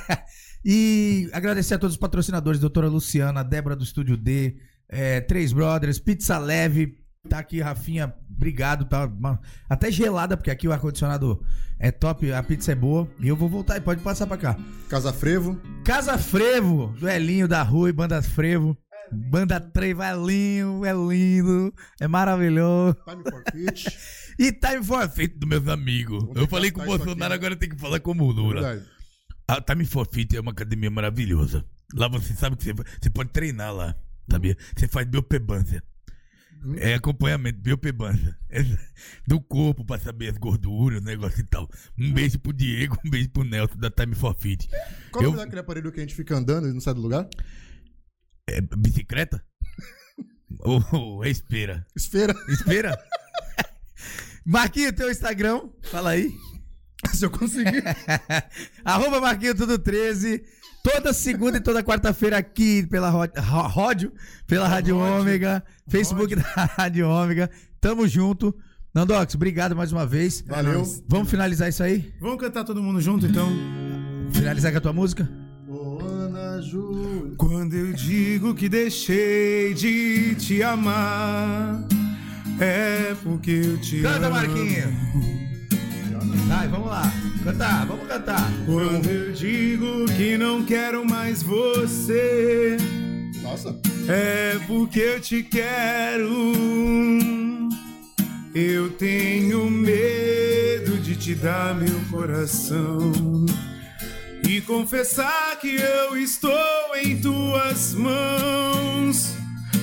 Speaker 1: e agradecer a todos os patrocinadores, doutora Luciana, Débora do Estúdio D, eh, Três Brothers, Pizza Leve, tá aqui, Rafinha, obrigado, tá uma- até gelada, porque aqui o ar-condicionado é top, a pizza é boa, e eu vou voltar e pode passar pra cá.
Speaker 3: Casa Frevo.
Speaker 1: Casa Frevo, do Elinho da Rui, Banda Frevo, Banda Trevo, Elinho, é lindo, é maravilhoso.
Speaker 3: Time for Pitch.
Speaker 1: E Time for
Speaker 6: Feito dos meus amigos.
Speaker 3: Vou
Speaker 6: Eu falei com o
Speaker 3: tentar isso
Speaker 6: Bolsonaro,
Speaker 3: aqui.
Speaker 6: agora tem que falar como o Lula.
Speaker 3: Verdade.
Speaker 6: A Time for Fit é uma academia maravilhosa. Lá você sabe que você, você pode treinar lá, sabia? Você faz biopebância.
Speaker 1: Hum.
Speaker 6: É acompanhamento, biopebância. É do corpo pra saber as gorduras, o negócio e tal. Um beijo pro Diego, um beijo pro Nelson da Time for Fit.
Speaker 3: Qual é o
Speaker 6: Eu-
Speaker 3: nome daquele aparelho que a gente fica andando e não sai do lugar?
Speaker 6: É bicicleta? Ou ou é espera?
Speaker 3: Esfera.
Speaker 6: Espera?
Speaker 1: Marquinho, teu Instagram, fala aí.
Speaker 3: Se eu conseguir.
Speaker 1: Arroba Marquinho Tudo 13. Toda segunda e toda quarta-feira aqui pela Ró- Ró- Ródio, pela Rádio Ômega, Facebook da Rádio Ômega. Tamo junto. Nandox, obrigado mais uma vez.
Speaker 3: Valeu.
Speaker 1: Vamos finalizar isso aí?
Speaker 2: Vamos cantar todo mundo junto, então?
Speaker 1: Finalizar com a tua música?
Speaker 3: Ô, Ana Júlia.
Speaker 2: Quando eu digo que deixei de te amar, é porque eu te
Speaker 1: Canta,
Speaker 2: amo.
Speaker 1: Marquinho. Vai, vamos lá. Cantar, vamos cantar.
Speaker 2: Quando eu digo que não quero mais você,
Speaker 3: Nossa.
Speaker 2: É porque eu te quero. Eu tenho medo de te dar meu coração e confessar que eu estou em tuas mãos.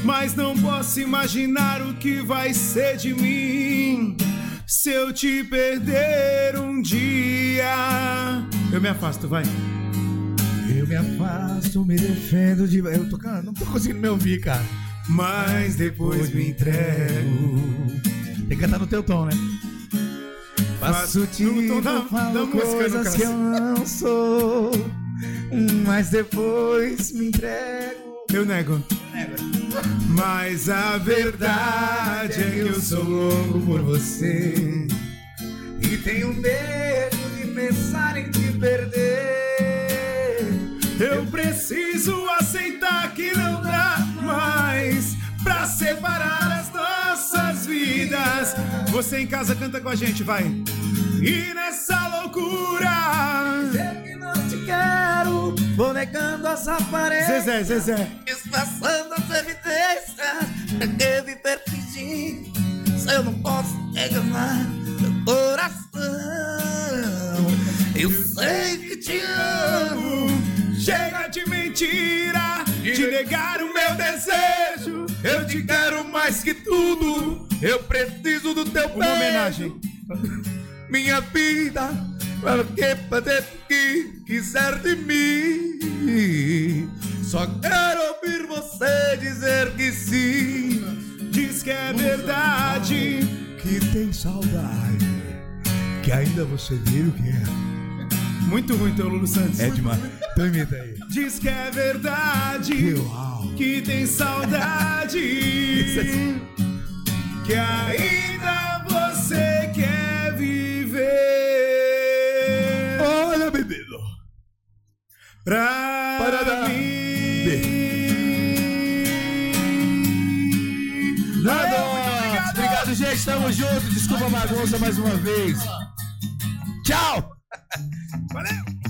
Speaker 2: Mas não posso imaginar o que vai ser de mim se eu te perder um dia. Eu me afasto, vai.
Speaker 1: Eu me afasto, me defendo de. Eu tô, cara, não tô conseguindo me ouvir, cara.
Speaker 2: Mas depois me entrego.
Speaker 1: Tem que cantar no teu tom, né? Faço
Speaker 2: no tom
Speaker 1: tipo,
Speaker 2: da-
Speaker 1: falo
Speaker 2: da música, no
Speaker 1: coisas
Speaker 2: caso.
Speaker 1: que eu não sou Mas depois me entrego
Speaker 2: Eu nego. Mas a verdade é que eu sou louco por você.
Speaker 1: E tenho medo de pensar em te perder
Speaker 2: Eu preciso aceitar que não dá mais pra separar as nossas vidas. Você em casa canta com a gente, vai. E nessa loucura.
Speaker 1: Sei que não te quero Vou negando as aparências
Speaker 2: Zezé, Zezé.
Speaker 1: Disfarçando as evidências Pra que viver fingindo Se eu não posso enganar Meu coração Eu sei que te amo
Speaker 2: Chega de mentira, de negar o meu desejo. Eu te quero mais que tudo. Eu preciso do teu Uma homenagem.
Speaker 1: minha vida para que poder que quiser de mim só quero ouvir você dizer que sim
Speaker 2: Diz que é verdade.
Speaker 1: que tem saudade que ainda você vira o que é
Speaker 2: Muito ruim teu Lulu Santos.
Speaker 1: é demais então imita aí
Speaker 2: Diz que é verdade,
Speaker 1: Uau.
Speaker 2: que tem saudade. é assim. Que ainda você quer viver.
Speaker 1: olha menino
Speaker 2: Pra
Speaker 1: Parará.
Speaker 2: mim.
Speaker 6: Tamo junto, desculpa a bagunça mais uma vez. Tchau! Valeu!